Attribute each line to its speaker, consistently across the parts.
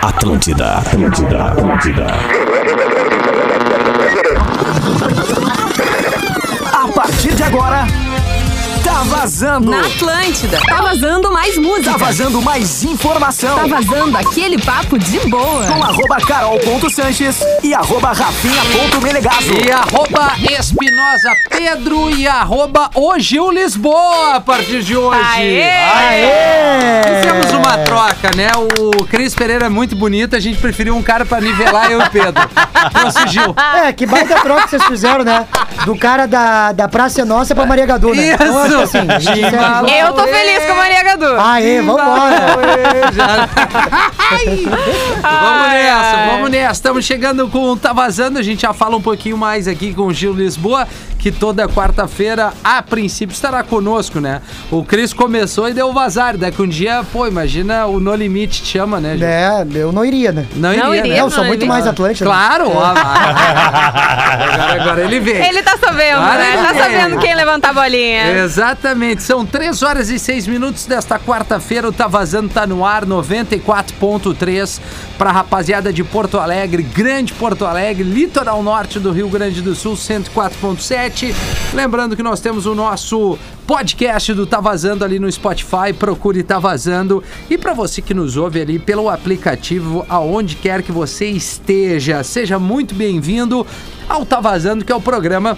Speaker 1: Atlântida, Atlântida, Atlântida.
Speaker 2: A partir de agora, tá vazando!
Speaker 3: Na Atlântida, tá vazando mais música.
Speaker 2: Tá vazando mais informação!
Speaker 3: Tá vazando aquele papo de boa.
Speaker 2: Com arroba carol.sanches e arroba rafinha.melegazo.
Speaker 4: E arroba Espinosa Pedro e arroba o Gil Lisboa a partir de hoje.
Speaker 3: Aê!
Speaker 5: É.
Speaker 4: E Temos uma troca, né? O Cris Pereira é muito bonito, a gente preferiu um cara pra nivelar eu e o Pedro. Trouxe o Gil.
Speaker 5: É, que baita troca que vocês fizeram, né? Do cara da, da Praça é Nossa pra Maria Gadu, né? Eu acho que
Speaker 4: Isso.
Speaker 5: assim, gente, é-
Speaker 4: Gimbalão.
Speaker 3: Eu tô feliz com a Maria Gadu.
Speaker 5: Aê, vambora!
Speaker 4: Vamos nessa, vamos nessa. Estamos chegando com o Tá Vazando. A gente já fala um pouquinho mais aqui com o Gil Lisboa, que toda quarta-feira, a princípio, estará conosco, né? O Cris começou e deu vazar. Daqui um dia, pô, imagina o No Limite te chama, né, Gil?
Speaker 5: É, eu não iria, né?
Speaker 4: Não
Speaker 3: Não
Speaker 4: iria,
Speaker 3: iria.
Speaker 4: né?
Speaker 5: Eu sou muito mais atlântico. né? É.
Speaker 4: Claro, ó, agora, agora ele vem.
Speaker 3: Ele tá sabendo,
Speaker 4: Para
Speaker 3: né? Tá
Speaker 4: de ver.
Speaker 3: sabendo quem levantar a
Speaker 5: É.
Speaker 3: bolinha.
Speaker 4: Exatamente, são 3 horas e 6 minutos desta quarta-feira. O Tá Vazando tá no ar 94.3 pra rapaziada de Porto Alegre, Grande Porto Alegre, Litoral Norte do Rio Grande do Sul, 104.7. Lembrando que nós temos o nosso podcast do Tá Vazando ali no Spotify, procure Tá Vazando. E pra você que nos ouve ali pelo aplicativo, aonde quer que você esteja, seja muito bem-vindo ao Tá Vazando, que é o programa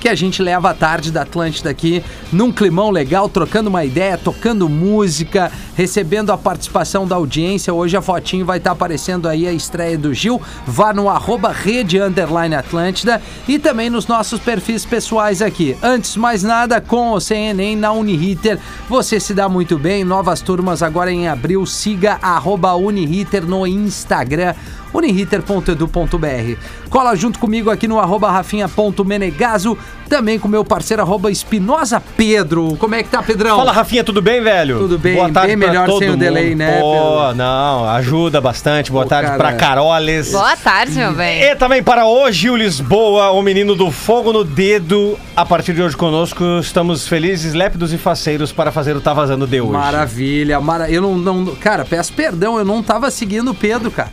Speaker 4: que a gente leva a tarde da Atlântida aqui num climão legal, trocando uma ideia, tocando música, recebendo a participação da audiência. Hoje a fotinho vai estar aparecendo aí a estreia do Gil. Vá no arroba rede underline Atlântida e também nos nossos perfis pessoais aqui. Antes de mais nada, com o CNN na Uniriter, você se dá muito bem. Novas turmas agora em abril. Siga arroba Uniriter no Instagram uniriter.edu.br. Cola junto comigo aqui no arroba rafinha.menegaso, também com meu parceiro arroba espinosa Pedro. Como é que tá, Pedrão?
Speaker 6: Fala, Rafinha, tudo bem, velho?
Speaker 4: Tudo bem,
Speaker 6: Boa tarde
Speaker 4: bem
Speaker 6: pra
Speaker 4: melhor
Speaker 6: todo
Speaker 4: sem o
Speaker 6: mundo.
Speaker 4: delay, né,
Speaker 6: Pô, não, ajuda bastante. Boa
Speaker 4: Pô,
Speaker 6: tarde
Speaker 4: cara.
Speaker 6: pra Caroles.
Speaker 3: Boa tarde, meu bem.
Speaker 5: É.
Speaker 6: E também para o Gil Lisboa, o menino do fogo no dedo. A partir de hoje conosco, estamos felizes, lépidos e faceiros para fazer o Tá Vazando de hoje.
Speaker 4: Maravilha, mara... eu não, não. Cara, peço perdão, eu não tava seguindo o Pedro, cara.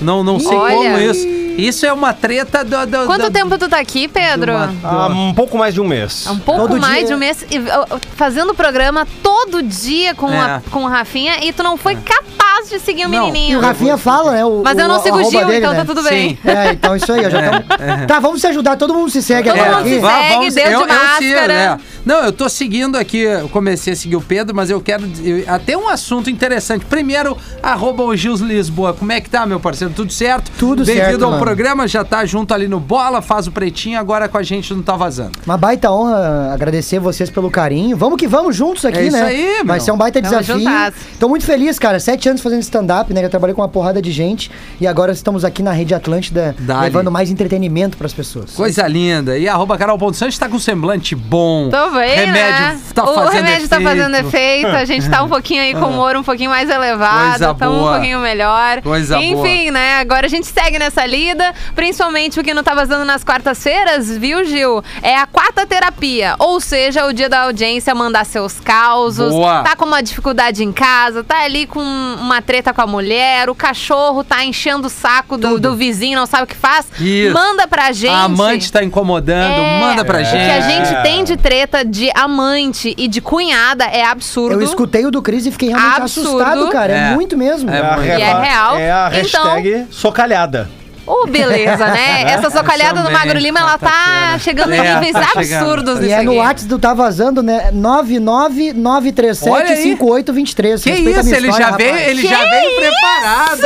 Speaker 4: Não, não sei
Speaker 3: Olha.
Speaker 4: como isso. Isso é uma treta do. do-
Speaker 3: Quanto
Speaker 4: do-
Speaker 3: tempo tu tá aqui, Pedro?
Speaker 4: do-
Speaker 6: Há um pouco mais de um mês.
Speaker 3: Há Um pouco
Speaker 5: Todo
Speaker 3: mais
Speaker 5: dia.
Speaker 3: de um mês e, ó, fazendo programa todo dia com,
Speaker 4: É.
Speaker 3: a, com o Rafinha e tu não foi capaz de seguir o
Speaker 4: Não.
Speaker 5: É. E o
Speaker 3: menininho.
Speaker 5: Rafinha fala, né? O,
Speaker 3: Mas eu não
Speaker 5: o
Speaker 3: sigo o
Speaker 5: arroba
Speaker 3: Gil,
Speaker 5: dele,
Speaker 3: então
Speaker 5: né?
Speaker 3: tá tudo
Speaker 4: Sim.
Speaker 3: bem.
Speaker 5: É, então isso aí, ó, já
Speaker 4: É,
Speaker 5: tamo... Tá, vamos se ajudar, todo mundo se segue
Speaker 3: Todo
Speaker 5: agora
Speaker 3: mundo se
Speaker 5: aqui.
Speaker 3: segue. deu de máscara.
Speaker 4: né? Não, eu tô seguindo aqui, eu comecei a seguir o Pedro, mas eu quero dizer- até um assunto interessante. Primeiro, arroba o Gils Lisboa. Como é que tá, meu parceiro? Tudo certo?
Speaker 5: Tudo
Speaker 4: Bem-vindo
Speaker 5: certo,
Speaker 4: ao
Speaker 5: mano.
Speaker 4: programa, já tá junto ali no Bola, faz o pretinho, agora com a gente não tá vazando.
Speaker 5: Uma baita honra agradecer vocês pelo carinho. Vamos que vamos juntos aqui,
Speaker 4: É isso
Speaker 5: né?
Speaker 4: aí, meu.
Speaker 5: Vai ser um baita
Speaker 3: Vamos
Speaker 5: desafio.
Speaker 3: juntas.
Speaker 5: Tô muito feliz, cara. Sete anos fazendo stand-up, né? Já trabalhei com uma porrada de gente. E agora estamos aqui na Rede Atlântida,
Speaker 4: Dali.
Speaker 5: levando mais entretenimento pras pessoas.
Speaker 4: Coisa linda. E arroba Carol.Santos tá com semblante bom.
Speaker 3: Tô bem,
Speaker 4: Então, remédio
Speaker 3: né?
Speaker 4: tá
Speaker 3: o
Speaker 4: fazendo
Speaker 3: remédio tá
Speaker 4: efeito.
Speaker 3: fazendo efeito, a gente tá um pouquinho aí com o humor um pouquinho mais elevado,
Speaker 4: Coisa
Speaker 3: tá um
Speaker 4: boa.
Speaker 3: pouquinho melhor.
Speaker 4: Coisa
Speaker 3: Enfim, né? Agora a gente segue nessa lida, principalmente o que não tá vazando nas quartas-feiras, viu, Gil? É a quarta terapia, ou seja, o dia da audiência mandar seus causos,
Speaker 4: Boa.
Speaker 3: tá com uma dificuldade em casa, tá ali com uma treta com a mulher, o cachorro tá enchendo o saco do, do vizinho, não sabe o que faz,
Speaker 4: Isso.
Speaker 3: manda pra gente.
Speaker 4: A amante tá incomodando,
Speaker 3: É,
Speaker 4: manda pra gente.
Speaker 3: O que a gente tem de treta de amante e de cunhada é absurdo.
Speaker 5: Eu escutei o do Cris e fiquei realmente
Speaker 3: Absurdo.
Speaker 5: assustado, cara. É,
Speaker 4: É.
Speaker 5: muito mesmo.
Speaker 4: É
Speaker 6: a
Speaker 4: muito.
Speaker 6: repa-
Speaker 3: E é real. Então-
Speaker 6: É a hashtag socalhada.
Speaker 3: Ô, beleza, né? Essa socalhada do
Speaker 4: Também,
Speaker 3: Magro Lima, ela tá
Speaker 4: quarta-feira.
Speaker 3: chegando em
Speaker 4: É,
Speaker 3: níveis
Speaker 4: tá chegando.
Speaker 3: absurdos
Speaker 5: E
Speaker 3: nisso
Speaker 5: é no
Speaker 3: aqui.
Speaker 5: WhatsApp do Tá Vazando, né?
Speaker 4: Olha aí.
Speaker 5: 999375823.
Speaker 4: Que
Speaker 5: Respeita a
Speaker 4: isso,
Speaker 5: minha
Speaker 4: ele
Speaker 5: história,
Speaker 4: já veio,
Speaker 5: rapaz.
Speaker 4: ele já veio preparado.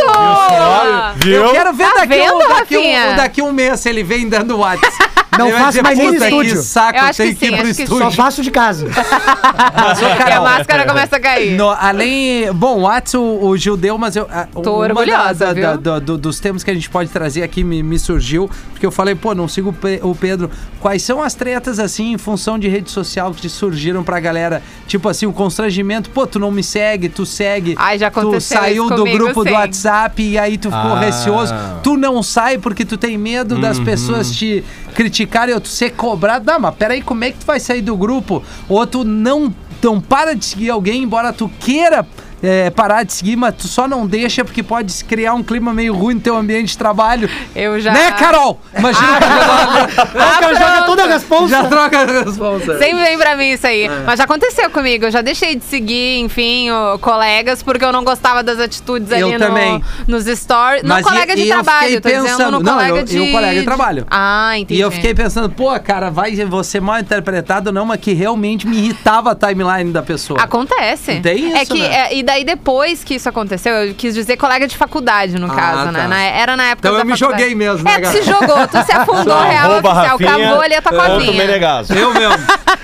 Speaker 3: Isso!
Speaker 4: Eu quero ver
Speaker 3: Tá
Speaker 4: daqui,
Speaker 3: vendo,
Speaker 4: um, daqui,
Speaker 3: Rafinha?
Speaker 4: um, daqui um mês se ele vem dando WhatsApp.
Speaker 5: Não
Speaker 4: Ele vai
Speaker 5: faço mais nem no
Speaker 4: "Puta,
Speaker 5: estúdio."
Speaker 4: Que saco,
Speaker 3: Eu
Speaker 4: eu
Speaker 3: acho
Speaker 4: tenho
Speaker 3: que
Speaker 4: que,
Speaker 3: sim,
Speaker 4: ir pro
Speaker 3: acho que
Speaker 4: estúdio.
Speaker 5: Só faço de casa.
Speaker 4: Mas, ô,
Speaker 3: E a
Speaker 4: Carol,
Speaker 3: máscara começa a cair.
Speaker 4: no- além. Bom, o WhatsApp, o, o Gil deu, mas eu. a- uma da-
Speaker 3: orgulhosa,
Speaker 4: da-
Speaker 3: viu?
Speaker 4: da- do- dos temas que a gente pode trazer aqui me, me surgiu, porque eu falei, pô, não sigo o Pe- o Pedro. Quais são as tretas, assim, em função de rede social que te surgiram pra galera? Tipo assim, o constrangimento, pô, tu não me segue, tu segue.
Speaker 3: Ai, já aconteceu
Speaker 4: Tu
Speaker 3: isso
Speaker 4: saiu do
Speaker 3: comigo,
Speaker 4: grupo
Speaker 3: sim.
Speaker 4: do WhatsApp e aí tu ficou
Speaker 6: Ah.
Speaker 4: receoso. Tu não sai porque tu tem medo das pessoas te criticarem ou tu ser cobrado. Não, mas peraí, como é que tu vai sair do grupo? Ou tu não, não para de seguir alguém, embora tu queira é, parar de seguir, mas tu só não deixa porque pode se criar um clima meio ruim no teu ambiente de trabalho.
Speaker 3: Eu já-
Speaker 4: Né, Carol? Imagina.
Speaker 3: Ah,
Speaker 5: cara joga
Speaker 3: pronto.
Speaker 5: toda a responsa.
Speaker 4: Já troca a responsa.
Speaker 3: Sempre vem pra mim isso
Speaker 4: É.
Speaker 3: aí. Mas já aconteceu comigo. Eu já deixei de seguir, enfim, o- colegas, porque eu não gostava das atitudes
Speaker 4: Eu
Speaker 3: ali no-
Speaker 4: também.
Speaker 3: nos stories. No
Speaker 4: Mas
Speaker 3: colega
Speaker 4: e-
Speaker 3: de
Speaker 4: e eu
Speaker 3: trabalho,
Speaker 4: fiquei
Speaker 3: tô dizendo
Speaker 4: pensando-
Speaker 3: no
Speaker 4: não,
Speaker 3: colega
Speaker 4: eu-
Speaker 3: de...
Speaker 4: e o colega de trabalho.
Speaker 3: Ah, entendi.
Speaker 4: E eu fiquei pensando, pô, cara, vai ser mal interpretado não, mas que realmente me irritava a timeline da pessoa.
Speaker 3: Acontece.
Speaker 4: Tem isso,
Speaker 3: é que,
Speaker 4: né?
Speaker 3: é- e daí depois que isso aconteceu, eu quis dizer colega de faculdade, no
Speaker 4: Ah,
Speaker 3: caso,
Speaker 4: tá.
Speaker 3: né? Na- era na época
Speaker 4: Então
Speaker 3: da
Speaker 4: eu me
Speaker 3: faculdade.
Speaker 4: joguei mesmo, né,
Speaker 3: É, tu se
Speaker 4: galera?
Speaker 3: jogou, tu se afundou real
Speaker 6: Arroba
Speaker 3: oficial,
Speaker 6: Rafinha,
Speaker 3: cavou ali a tua
Speaker 6: Outro
Speaker 3: covinha.
Speaker 6: Menegaso.
Speaker 4: Eu mesmo.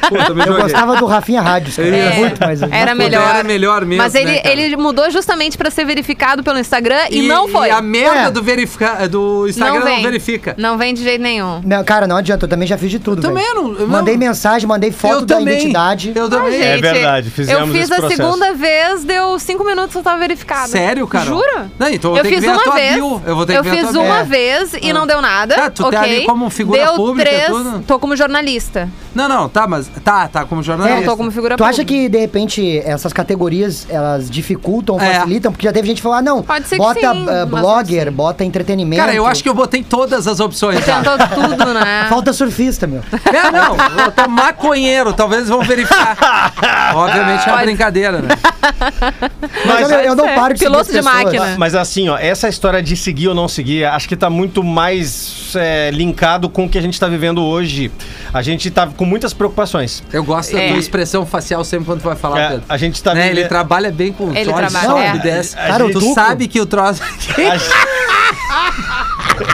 Speaker 4: Puta, me
Speaker 5: Eu
Speaker 4: joguei.
Speaker 5: gostava do Rafinha Rádios, cara.
Speaker 4: É.
Speaker 5: Muito mais.
Speaker 3: Era
Speaker 4: Puta,
Speaker 3: melhor.
Speaker 4: era é melhor mesmo,
Speaker 3: Mas ele,
Speaker 4: né, cara?
Speaker 3: ele mudou justamente pra ser verificado pelo Instagram e, não foi.
Speaker 4: E a merda
Speaker 5: É.
Speaker 4: do, verifica, do Instagram não, verifica.
Speaker 3: Não vem de jeito nenhum.
Speaker 5: Não, cara, não adianta, eu também já fiz de tudo.
Speaker 4: Eu também
Speaker 5: velho.
Speaker 4: não- eu
Speaker 5: mandei
Speaker 4: não-
Speaker 5: mensagem, mandei foto
Speaker 4: eu
Speaker 5: da
Speaker 4: também.
Speaker 5: identidade.
Speaker 4: Eu também.
Speaker 6: É verdade,
Speaker 3: Eu
Speaker 6: fizemos
Speaker 3: fiz
Speaker 6: esse
Speaker 3: a
Speaker 6: processo.
Speaker 3: segunda vez, deu cinco minutos eu tava verificado.
Speaker 4: Sério, cara?
Speaker 3: Jura?
Speaker 4: Não, então eu
Speaker 3: eu
Speaker 4: tenho que
Speaker 3: fiz
Speaker 4: ver a
Speaker 3: uma
Speaker 4: tua
Speaker 3: vez.
Speaker 4: bio, eu vou ter que ver a
Speaker 3: fiz
Speaker 4: tua
Speaker 3: uma
Speaker 4: bio. É.
Speaker 3: vez e não deu nada.
Speaker 4: Tá, tu
Speaker 3: ok?
Speaker 4: tá ali como figura
Speaker 3: deu
Speaker 4: pública,
Speaker 3: Três,
Speaker 4: tudo.
Speaker 3: Tô como jornalista.
Speaker 4: Não, não, tá, mas tá, tá como jornalista.
Speaker 3: Não É, tô como figura
Speaker 5: Tu
Speaker 3: pública.
Speaker 4: um.
Speaker 5: acha que, de repente, essas categorias, elas dificultam,
Speaker 4: É.
Speaker 5: facilitam? Porque já teve gente que falou, ah, não,
Speaker 3: Pode ser que
Speaker 5: bota
Speaker 3: sim,
Speaker 5: eh,
Speaker 3: mas assim
Speaker 5: blogger, bota entretenimento.
Speaker 4: Cara, eu acho que eu botei todas as opções, cara.
Speaker 3: Tentou tudo, né?
Speaker 5: Falta surfista, meu.
Speaker 4: É, não, eu tô maconheiro, talvez vão verificar. Obviamente é uma
Speaker 3: Pode.
Speaker 4: brincadeira, né?
Speaker 5: Mas, eu, eu não
Speaker 3: ser.
Speaker 5: paro de seguir
Speaker 3: É, Piloto
Speaker 5: as
Speaker 3: de
Speaker 5: pessoas.
Speaker 3: máquina.
Speaker 6: Mas assim, ó, essa história de seguir ou não seguir, acho que tá muito mais é, linkado com o que a gente tá vivendo hoje. A gente tá com muitas preocupações.
Speaker 4: Eu gosto da
Speaker 3: É.
Speaker 4: tua expressão facial sempre quando tu vai falar,
Speaker 6: É,
Speaker 4: Pedro.
Speaker 6: a gente tá
Speaker 4: né?
Speaker 6: vive-
Speaker 4: Ele trabalha bem com os
Speaker 3: Ele
Speaker 4: olhos,
Speaker 3: trabalha,
Speaker 4: sobe,
Speaker 5: é.
Speaker 4: desce.
Speaker 6: A
Speaker 5: gente-
Speaker 4: tu
Speaker 5: Duco-
Speaker 4: sabe que o troço...
Speaker 6: A gente-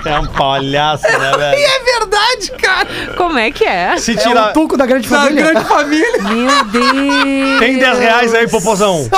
Speaker 6: É um palhaço, né, velho?
Speaker 4: é verdade, cara!
Speaker 3: Como é que é?
Speaker 6: Se
Speaker 5: É o
Speaker 6: tirar.
Speaker 5: tuco da grande
Speaker 4: Da
Speaker 5: família.
Speaker 4: tá grande família.
Speaker 3: Meu Deus!
Speaker 6: Tem 10 reais aí, popozão.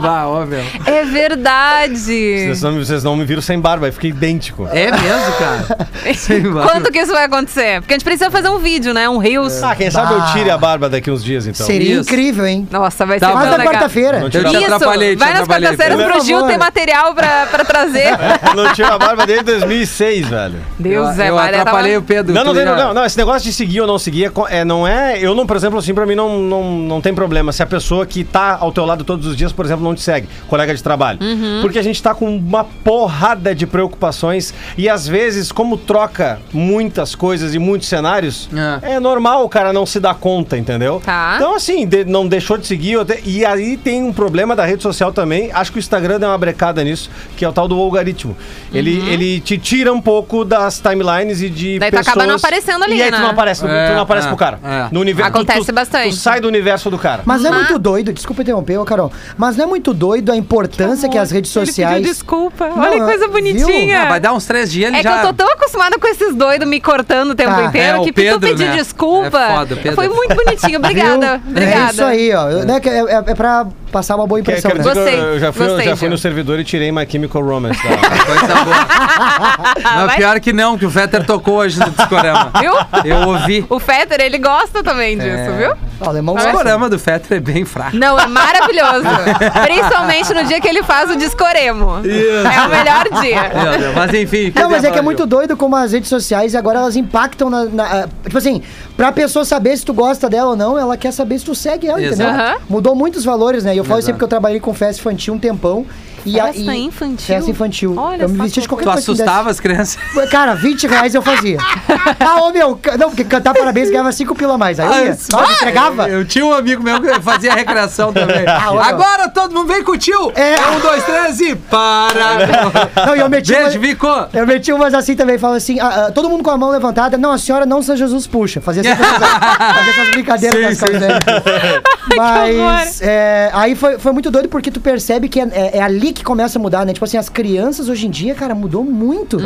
Speaker 4: Vá, ó, meu.
Speaker 3: É verdade.
Speaker 6: Vocês não, me- vocês não me viram sem barba, eu fiquei idêntico.
Speaker 4: É mesmo, cara. Sim, mano.
Speaker 3: Quanto que isso vai acontecer? Porque a gente precisa fazer um vídeo, né? Um Reels.
Speaker 6: Ah, quem sabe eu tire a barba daqui uns dias, então.
Speaker 5: Seria
Speaker 4: Isso.
Speaker 5: incrível, hein?
Speaker 3: Nossa, vai
Speaker 4: Tá
Speaker 3: ser
Speaker 4: bom.
Speaker 3: tão
Speaker 5: Mas na
Speaker 3: legal.
Speaker 5: quarta-feira.
Speaker 6: Não
Speaker 4: Eu
Speaker 6: tira-
Speaker 4: te atrapalhei,
Speaker 3: Isso,
Speaker 4: te
Speaker 3: vai nas
Speaker 4: atrapalhei. É.
Speaker 3: quartas-feiras
Speaker 5: Pedro.
Speaker 3: pro Gil,
Speaker 5: Por
Speaker 3: tem
Speaker 5: favor.
Speaker 3: material pra, pra trazer.
Speaker 6: É? Eu não tiro a barba desde 2006, velho.
Speaker 3: Deus,
Speaker 4: eu,
Speaker 3: é,
Speaker 4: eu
Speaker 3: Maria
Speaker 4: atrapalhei
Speaker 3: tava...
Speaker 4: o Pedro.
Speaker 6: Não, não,
Speaker 4: tu
Speaker 6: tem,
Speaker 4: já-
Speaker 6: não, não, esse negócio de seguir ou não seguir é, co- é, não é. Eu não, por exemplo, assim, pra mim não, não, não tem problema se a pessoa que tá ao teu lado todos os dias, por exemplo, não te segue, colega de trabalho. Porque a gente tá com uma porrada de preocupações e às vezes, como troca muitas coisas e muitos cenários, é,
Speaker 4: É.
Speaker 6: normal o cara não se dar conta, entendeu?
Speaker 3: Tá.
Speaker 6: Então, assim, de- não deixou de seguir. eu te- E aí tem um problema da rede social também. Acho que o Instagram deu uma brecada nisso, que é o tal do algoritmo. Ele, ele te tira um pouco das timelines e de
Speaker 3: Daí tu acaba não aparecendo ali,
Speaker 6: e aí
Speaker 3: né?
Speaker 6: tu não aparece,
Speaker 4: É,
Speaker 6: tu não aparece
Speaker 4: é,
Speaker 6: pro cara.
Speaker 4: é.
Speaker 6: No universo,
Speaker 3: Acontece
Speaker 6: tu- tu-
Speaker 3: bastante.
Speaker 6: Tu sai do universo do cara.
Speaker 5: Mas não é muito doido, desculpa interromper, ô Carol. Mas não é muito doido a importância que, as redes
Speaker 3: Tá Ele
Speaker 5: sociais.
Speaker 3: pediu desculpa.
Speaker 5: Não,
Speaker 3: Olha que
Speaker 5: eu-
Speaker 3: coisa
Speaker 5: viu?
Speaker 3: bonitinha.
Speaker 4: Ah, vai dar uns três dias, ele
Speaker 3: É que
Speaker 4: já...
Speaker 3: eu tô tão acostumada com esses doidos me cortando o tempo
Speaker 5: Tá.
Speaker 4: É,
Speaker 3: inteiro
Speaker 4: o
Speaker 3: que
Speaker 4: Pedro,
Speaker 3: tu pedir
Speaker 4: né?
Speaker 3: desculpa.
Speaker 4: É foda, o Pedro.
Speaker 3: Foi muito bonitinho. Obrigada.
Speaker 5: Viu?
Speaker 3: Obrigada.
Speaker 5: É isso aí, ó. Né, que É, é, é pra passar uma boa
Speaker 6: Quer-
Speaker 5: impressão,
Speaker 6: quero
Speaker 5: né?
Speaker 6: dizer que eu-
Speaker 3: Gostei,
Speaker 6: eu já fui, eu
Speaker 3: gostei,
Speaker 6: já fui
Speaker 3: Gil.
Speaker 6: no servidor e tirei My Chemical Romance. tá?
Speaker 4: Coisa boa. Não,
Speaker 3: Vai-
Speaker 4: pior que não, que o Fetter tocou hoje no discorama.
Speaker 3: Viu?
Speaker 4: Eu ouvi.
Speaker 3: O Fetter, ele gosta também
Speaker 5: É.
Speaker 3: disso, viu?
Speaker 5: O alemão
Speaker 4: O
Speaker 5: gosta.
Speaker 4: discorama do Fetter é bem fraco.
Speaker 3: Não, é maravilhoso. Principalmente no dia que ele faz o discoremo. É o melhor dia.
Speaker 4: Meu Deus, Mas enfim.
Speaker 5: Não, mas é que é muito doido como as redes sociais agora elas impactam na. na- ah, tipo assim, pra pessoa saber se tu gosta dela ou não, ela quer saber se tu segue ela,
Speaker 4: Exato.
Speaker 5: entendeu?
Speaker 3: Aham.
Speaker 5: Mudou muitos valores, né? E eu falo
Speaker 4: Exato.
Speaker 5: sempre que eu trabalhei com festa infantil um tempão. E a-
Speaker 3: Festa
Speaker 5: e-
Speaker 3: infantil?
Speaker 5: Festa infantil.
Speaker 3: Olha
Speaker 5: eu me
Speaker 3: só
Speaker 5: vestia
Speaker 3: que
Speaker 5: de qualquer
Speaker 4: Tu
Speaker 5: coisa. que me desse.
Speaker 4: assustava as crianças?
Speaker 5: Cara, 20 reais eu fazia. ah, ô meu, ca- não, porque cantar parabéns ganhava 5 pila a mais. Aí eu ia,
Speaker 4: isso-
Speaker 5: nossa, entregava. Ah,
Speaker 4: Eu, eu tinha um amigo meu que fazia recreação também.
Speaker 5: olha.
Speaker 4: Agora todo mundo vem com o tio.
Speaker 5: É.
Speaker 4: É um, dois, três e para.
Speaker 5: Não, e eu meti uma-
Speaker 4: Beijo, Vico.
Speaker 5: Eu meti umas assim também, falo assim, ah, ah, todo mundo com a mão levantada, não, a senhora não, São Jesus puxa. Fazia sempre essas, fazia essas brincadeiras
Speaker 4: Sim,
Speaker 5: nas
Speaker 4: sim.
Speaker 5: coisas dele. Mas é, aí foi, foi muito doido porque tu percebe que é, é- é ali que começa a mudar, né? Tipo assim, as crianças hoje em dia, cara, mudou muito.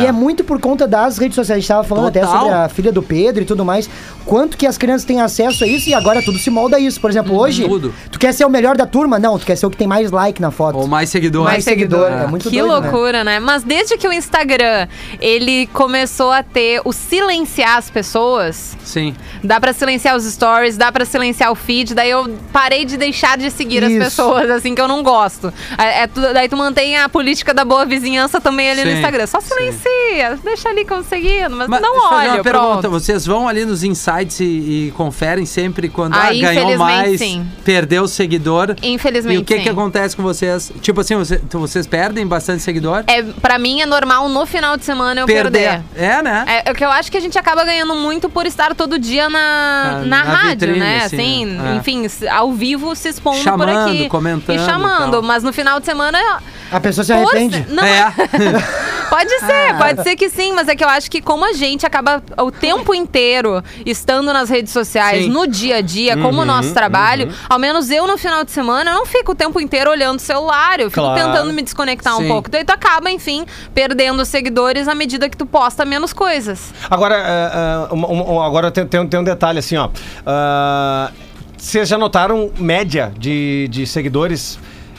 Speaker 5: E é muito por conta das redes sociais. A gente tava falando até
Speaker 4: Total.
Speaker 5: sobre a filha do Pedro e tudo mais. Quanto que as crianças têm acesso a isso e agora tudo se molda a isso. Por exemplo, hoje,
Speaker 4: Uhum. Tudo.
Speaker 5: tu quer ser o melhor da turma? Não, tu quer ser o que tem mais like na foto.
Speaker 4: Ou mais seguidores.
Speaker 5: Mais seguidor, é muito
Speaker 3: que
Speaker 5: doido, né?
Speaker 3: loucura, né? Mas desde que o Instagram ele começou a ter o silenciar as pessoas,
Speaker 4: Sim.
Speaker 3: dá pra silenciar os stories, dá pra silenciar o feed, daí eu parei de deixar de seguir
Speaker 5: Isso.
Speaker 3: as pessoas assim que eu não gosto. É, é tu- daí tu mantém a política da boa vizinhança também ali no
Speaker 4: Sim,
Speaker 3: Instagram. Só silencia, deixa ali conseguindo, mas,
Speaker 4: Mas
Speaker 3: não
Speaker 4: deixa eu fazer
Speaker 3: olha,
Speaker 4: uma pergunta.
Speaker 3: pronto.
Speaker 4: Vocês vão ali nos insights e, e conferem sempre quando ah,
Speaker 3: Aí,
Speaker 4: ganhou
Speaker 3: infelizmente,
Speaker 4: mais,
Speaker 3: sim.
Speaker 4: perdeu o seguidor.
Speaker 3: Infelizmente,
Speaker 4: E o que,
Speaker 3: sim.
Speaker 4: que acontece com vocês? Tipo assim, você- tu- vocês perdem bastante seguidor?
Speaker 3: É, pra mim é normal no final de semana eu perder.
Speaker 4: É, né?
Speaker 3: É, é que eu acho que a gente acaba ganhando muito por estar todo dia na,
Speaker 4: Ah,
Speaker 3: na,
Speaker 4: na
Speaker 3: rádio,
Speaker 4: vitrine,
Speaker 3: né?
Speaker 4: assim,
Speaker 3: Assim,
Speaker 4: né? É.
Speaker 3: enfim, se- ao vivo se expondo por
Speaker 4: Chamando,
Speaker 3: aqui.
Speaker 4: comentando
Speaker 3: E
Speaker 4: e
Speaker 3: chamando.
Speaker 4: tal.
Speaker 3: Mas no final de semana.
Speaker 5: A pessoa se
Speaker 3: por-
Speaker 5: arrepende. Ah.
Speaker 3: Não,
Speaker 4: É.
Speaker 3: Pode ser, pode ser que sim, mas é que eu acho que como a gente acaba o tempo inteiro estando nas redes sociais,
Speaker 4: Sim. Uhum,
Speaker 3: no dia a dia, como o nosso trabalho, ao menos eu no final de semana, eu não fico o tempo inteiro olhando o celular, eu fico
Speaker 6: Claro.
Speaker 3: tentando me desconectar um
Speaker 4: Sim.
Speaker 3: pouco. Daí tu acaba, enfim, perdendo seguidores à medida que tu posta menos coisas.
Speaker 6: Agora, ah, ah, uma- uma- uma- agora tem, tem um- tem um detalhe assim, ó. Ah, Vocês já notaram média de, de seguidores?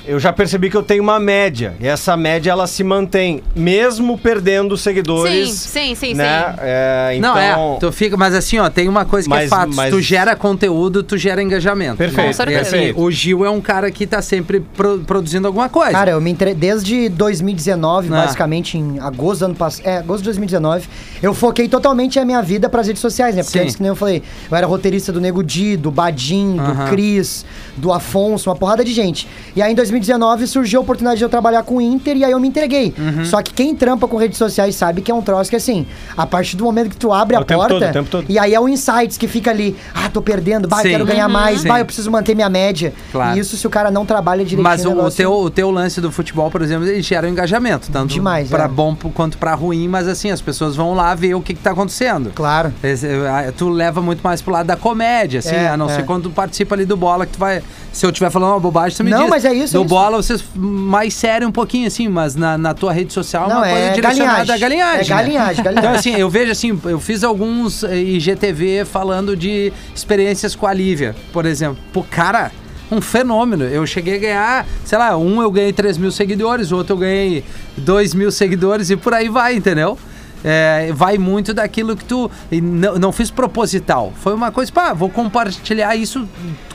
Speaker 6: Eu já percebi que eu tenho uma média. E essa média, ela se mantém, mesmo perdendo seguidores.
Speaker 3: Sim, sim, sim,
Speaker 6: né?
Speaker 3: sim.
Speaker 6: É, então...
Speaker 4: Não, é. Tu fica, mas assim, ó, tem uma coisa que é
Speaker 6: Mas-
Speaker 4: fato. Se
Speaker 6: mas-
Speaker 4: tu gera conteúdo, tu gera engajamento.
Speaker 6: Perfeito,
Speaker 4: né?
Speaker 3: Com certeza.
Speaker 4: E assim,
Speaker 6: perfeito.
Speaker 4: o Gil é um cara que tá sempre pro- produzindo alguma coisa.
Speaker 5: Cara, eu me entre... desde 2019,
Speaker 4: Ah.
Speaker 5: basicamente em agosto do ano passado, é, agosto de 2019, eu foquei totalmente a minha vida pras redes sociais, né? Porque
Speaker 4: Sim.
Speaker 5: antes, que nem eu falei, eu era roteirista do Nego Di, do Badim, do
Speaker 4: Aham.
Speaker 5: Cris, do Afonso, uma porrada de gente. E aí em 2019 surgiu a oportunidade de eu trabalhar com o Inter e aí eu me entreguei.
Speaker 4: Uhum.
Speaker 5: Só que quem trampa com redes sociais sabe que é um troço que assim, a partir do momento que tu abre
Speaker 6: É
Speaker 5: a
Speaker 6: o tempo
Speaker 5: porta,
Speaker 6: todo, o tempo todo.
Speaker 5: e aí é o insights que fica ali, ah, tô perdendo, bah, eu
Speaker 4: Sim.
Speaker 5: quero ganhar
Speaker 4: Uhum.
Speaker 5: mais,
Speaker 4: Sim.
Speaker 5: bah, eu preciso manter minha média.
Speaker 4: Claro.
Speaker 5: E isso se o cara não trabalha direitinho.
Speaker 4: Mas o, o
Speaker 5: um negócio- assim.
Speaker 4: teu, o teu lance do futebol, por exemplo, ele gera um engajamento, tanto
Speaker 5: Demais,
Speaker 4: pra
Speaker 5: é.
Speaker 4: bom p- quanto pra ruim, mas assim, as pessoas vão lá ver o que, que tá acontecendo.
Speaker 5: Claro.
Speaker 4: Esse- a- tu leva muito mais pro lado da comédia, assim,
Speaker 5: É,
Speaker 4: a não
Speaker 5: é.
Speaker 4: ser quando tu participa ali do bola, que tu vai. Se eu estiver falando uma bobagem, tu me
Speaker 5: Não,
Speaker 4: diz.
Speaker 5: mas é isso,
Speaker 4: Do
Speaker 5: é isso.
Speaker 4: bola, vocês mais sério um pouquinho, assim, mas na, na tua rede social é
Speaker 5: Não,
Speaker 4: uma
Speaker 5: é
Speaker 4: coisa direcionada à
Speaker 5: galinhagem.
Speaker 4: galinhagem.
Speaker 5: É
Speaker 4: né?
Speaker 5: galinhagem, galinhagem.
Speaker 4: Então, assim, eu vejo assim, eu fiz alguns eh, IGTV falando de experiências com a Lívia, por exemplo. Pô, cara, um fenômeno. Eu cheguei a ganhar, sei lá, um eu ganhei 3 mil seguidores, o outro eu ganhei 2 mil seguidores e por aí vai, entendeu? É, vai muito daquilo que tu. e Não, não fiz proposital. Foi uma coisa, pá, vou compartilhar isso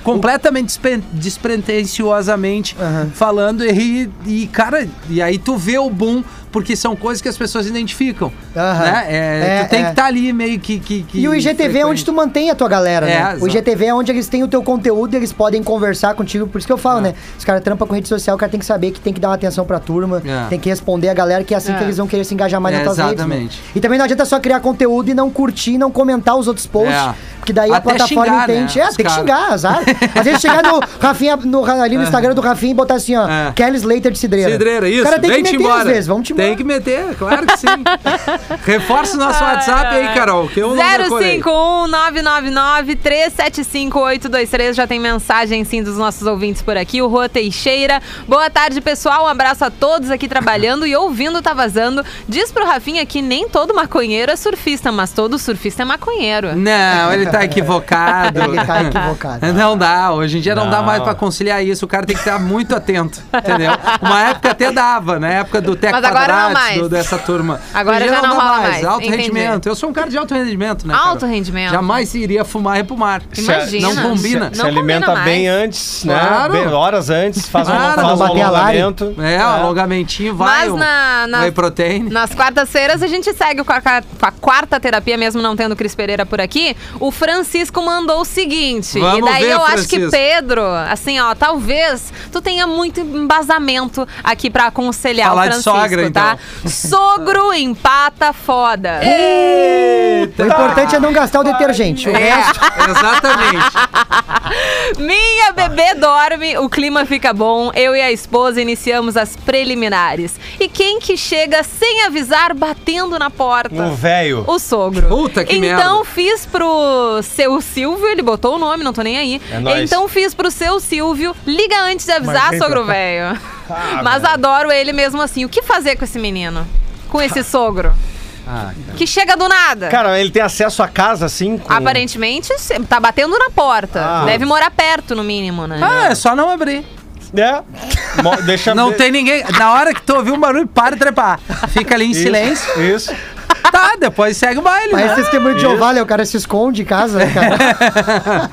Speaker 4: completamente despre, despretensiosamente
Speaker 5: Aham.
Speaker 4: falando. E, e, cara, e aí tu vê o boom, porque são coisas que as pessoas identificam.
Speaker 5: Aham.
Speaker 4: Né? É,
Speaker 5: É,
Speaker 4: tu tem
Speaker 5: é.
Speaker 4: que estar ali meio que. que, que
Speaker 5: E o IGTV é onde tu mantém a tua galera,
Speaker 4: É,
Speaker 5: né?
Speaker 4: exato.
Speaker 5: O IGTV é onde eles têm o teu conteúdo e eles podem conversar contigo. Por isso que eu
Speaker 4: É.
Speaker 5: falo, né? Os caras trampam com rede social, o cara tem que saber que tem que dar uma atenção pra turma,
Speaker 4: É.
Speaker 5: tem que responder a galera, que é assim
Speaker 3: É.
Speaker 5: que eles vão querer se engajar mais
Speaker 4: É,
Speaker 5: nas tuas redes.
Speaker 4: exatamente.
Speaker 5: né? E também não adianta só criar conteúdo e não curtir, não comentar os outros posts.
Speaker 4: É.
Speaker 5: Porque daí a
Speaker 4: Até
Speaker 5: plataforma
Speaker 4: xingar, né,
Speaker 5: entende. É,
Speaker 4: os
Speaker 5: tem que
Speaker 4: cara.
Speaker 5: xingar, azar. Às vezes chegar no Rafinha, no, ali no Instagram do Rafinha e botar assim, ó,
Speaker 4: É.
Speaker 5: Kelly Slater de Cidreira.
Speaker 4: Cidreira, isso.
Speaker 5: O cara tem que
Speaker 4: Vem-te
Speaker 5: meter
Speaker 4: embora.
Speaker 5: às vezes, vamos te
Speaker 4: Tem que meter, claro que sim. Reforça o nosso WhatsApp aí, Carol. Que eu não decorei.
Speaker 3: 051-999-375823. Já tem mensagem, sim, dos nossos ouvintes por aqui. O Rua Teixeira. Boa tarde, pessoal. Um abraço a todos aqui trabalhando e ouvindo Tá Vazando. Diz pro Rafinha que nem todo maconheiro é surfista, mas todo surfista é maconheiro.
Speaker 4: Hum, Não, ele tá equivocado.
Speaker 5: Ele tá equivocado.
Speaker 4: Não dá, hoje em dia não, dá
Speaker 6: Não.
Speaker 4: mais pra conciliar isso. O cara tem que estar muito atento, entendeu? Uma época até dava, na época do Teco
Speaker 3: Mas agora não
Speaker 4: Quadrates,
Speaker 3: mais.
Speaker 4: do- dessa turma.
Speaker 3: Agora
Speaker 4: Hoje em dia
Speaker 3: já não
Speaker 4: dá
Speaker 3: rola mais,
Speaker 4: Alto
Speaker 3: entendi.
Speaker 4: rendimento. Eu sou um cara de alto rendimento, né? Carol?
Speaker 3: Alto rendimento.
Speaker 4: Jamais iria fumar e ir pro mar.
Speaker 3: Imagina.
Speaker 4: Não combina.
Speaker 6: Se,
Speaker 3: Não
Speaker 6: alimenta
Speaker 3: combina
Speaker 6: bem
Speaker 3: mais.
Speaker 6: antes, né?
Speaker 4: Claro.
Speaker 6: Bem- horas antes, faz um,
Speaker 4: Claro,
Speaker 6: faz um
Speaker 5: não bater a lari.
Speaker 6: alongamento.
Speaker 4: É, um alongamentinho, vai.
Speaker 3: Mas
Speaker 4: um-
Speaker 3: na- na-
Speaker 4: Whey protein.
Speaker 3: Nas quartas-feiras a gente segue com a, ca- com a quarta terapia, mesmo não tendo Cris Pereira por aqui. O Francisco mandou o seguinte. e
Speaker 4: Vamos
Speaker 3: daí
Speaker 4: ver,
Speaker 3: eu acho que
Speaker 4: Francisco.
Speaker 3: Pedro, assim, ó, talvez tu tenha muito embasamento aqui pra aconselhar
Speaker 4: Falar
Speaker 3: o
Speaker 4: de
Speaker 3: Francisco,
Speaker 4: sogra, então.
Speaker 3: tá? Sogro empata foda.
Speaker 4: Tá.
Speaker 5: O importante é não gastar o detergente. O resto
Speaker 4: É, exatamente.
Speaker 3: Minha bebê dorme, o clima fica bom. Eu e a esposa iniciamos as preliminares. E quem que chega sem avisar, batendo na porta?
Speaker 6: O velho.
Speaker 3: O sogro.
Speaker 4: Puta que
Speaker 3: Então
Speaker 4: merda.
Speaker 3: fiz pro seu Silvio, ele botou o nome, não tô nem aí.
Speaker 6: É nóis.
Speaker 3: Então fiz pro seu Silvio, liga antes de avisar,
Speaker 6: vem pra
Speaker 3: sogro
Speaker 6: cá.
Speaker 3: velho.
Speaker 6: Ah,
Speaker 3: Mas
Speaker 6: velho.
Speaker 3: adoro ele mesmo assim. O que fazer com esse menino? Com esse sogro?
Speaker 4: Ah, cara.
Speaker 3: Que chega do nada.
Speaker 6: Cara, ele tem acesso à casa, assim? Com...
Speaker 3: Aparentemente, se- tá batendo na porta.
Speaker 6: Ah.
Speaker 3: Deve morar perto, no mínimo, né?
Speaker 4: Ah, é só não abrir.
Speaker 6: É. Mo- Deixa
Speaker 4: Não tem ninguém. Na hora que tu ouvir um barulho, para de trepar. Fica ali em
Speaker 6: Isso,
Speaker 4: silêncio.
Speaker 6: Isso.
Speaker 4: Tá, depois segue o baile,
Speaker 5: Mas
Speaker 4: né?
Speaker 5: esse testemunho de Jeová, né? o cara se esconde em casa, né,
Speaker 4: É,
Speaker 5: cara?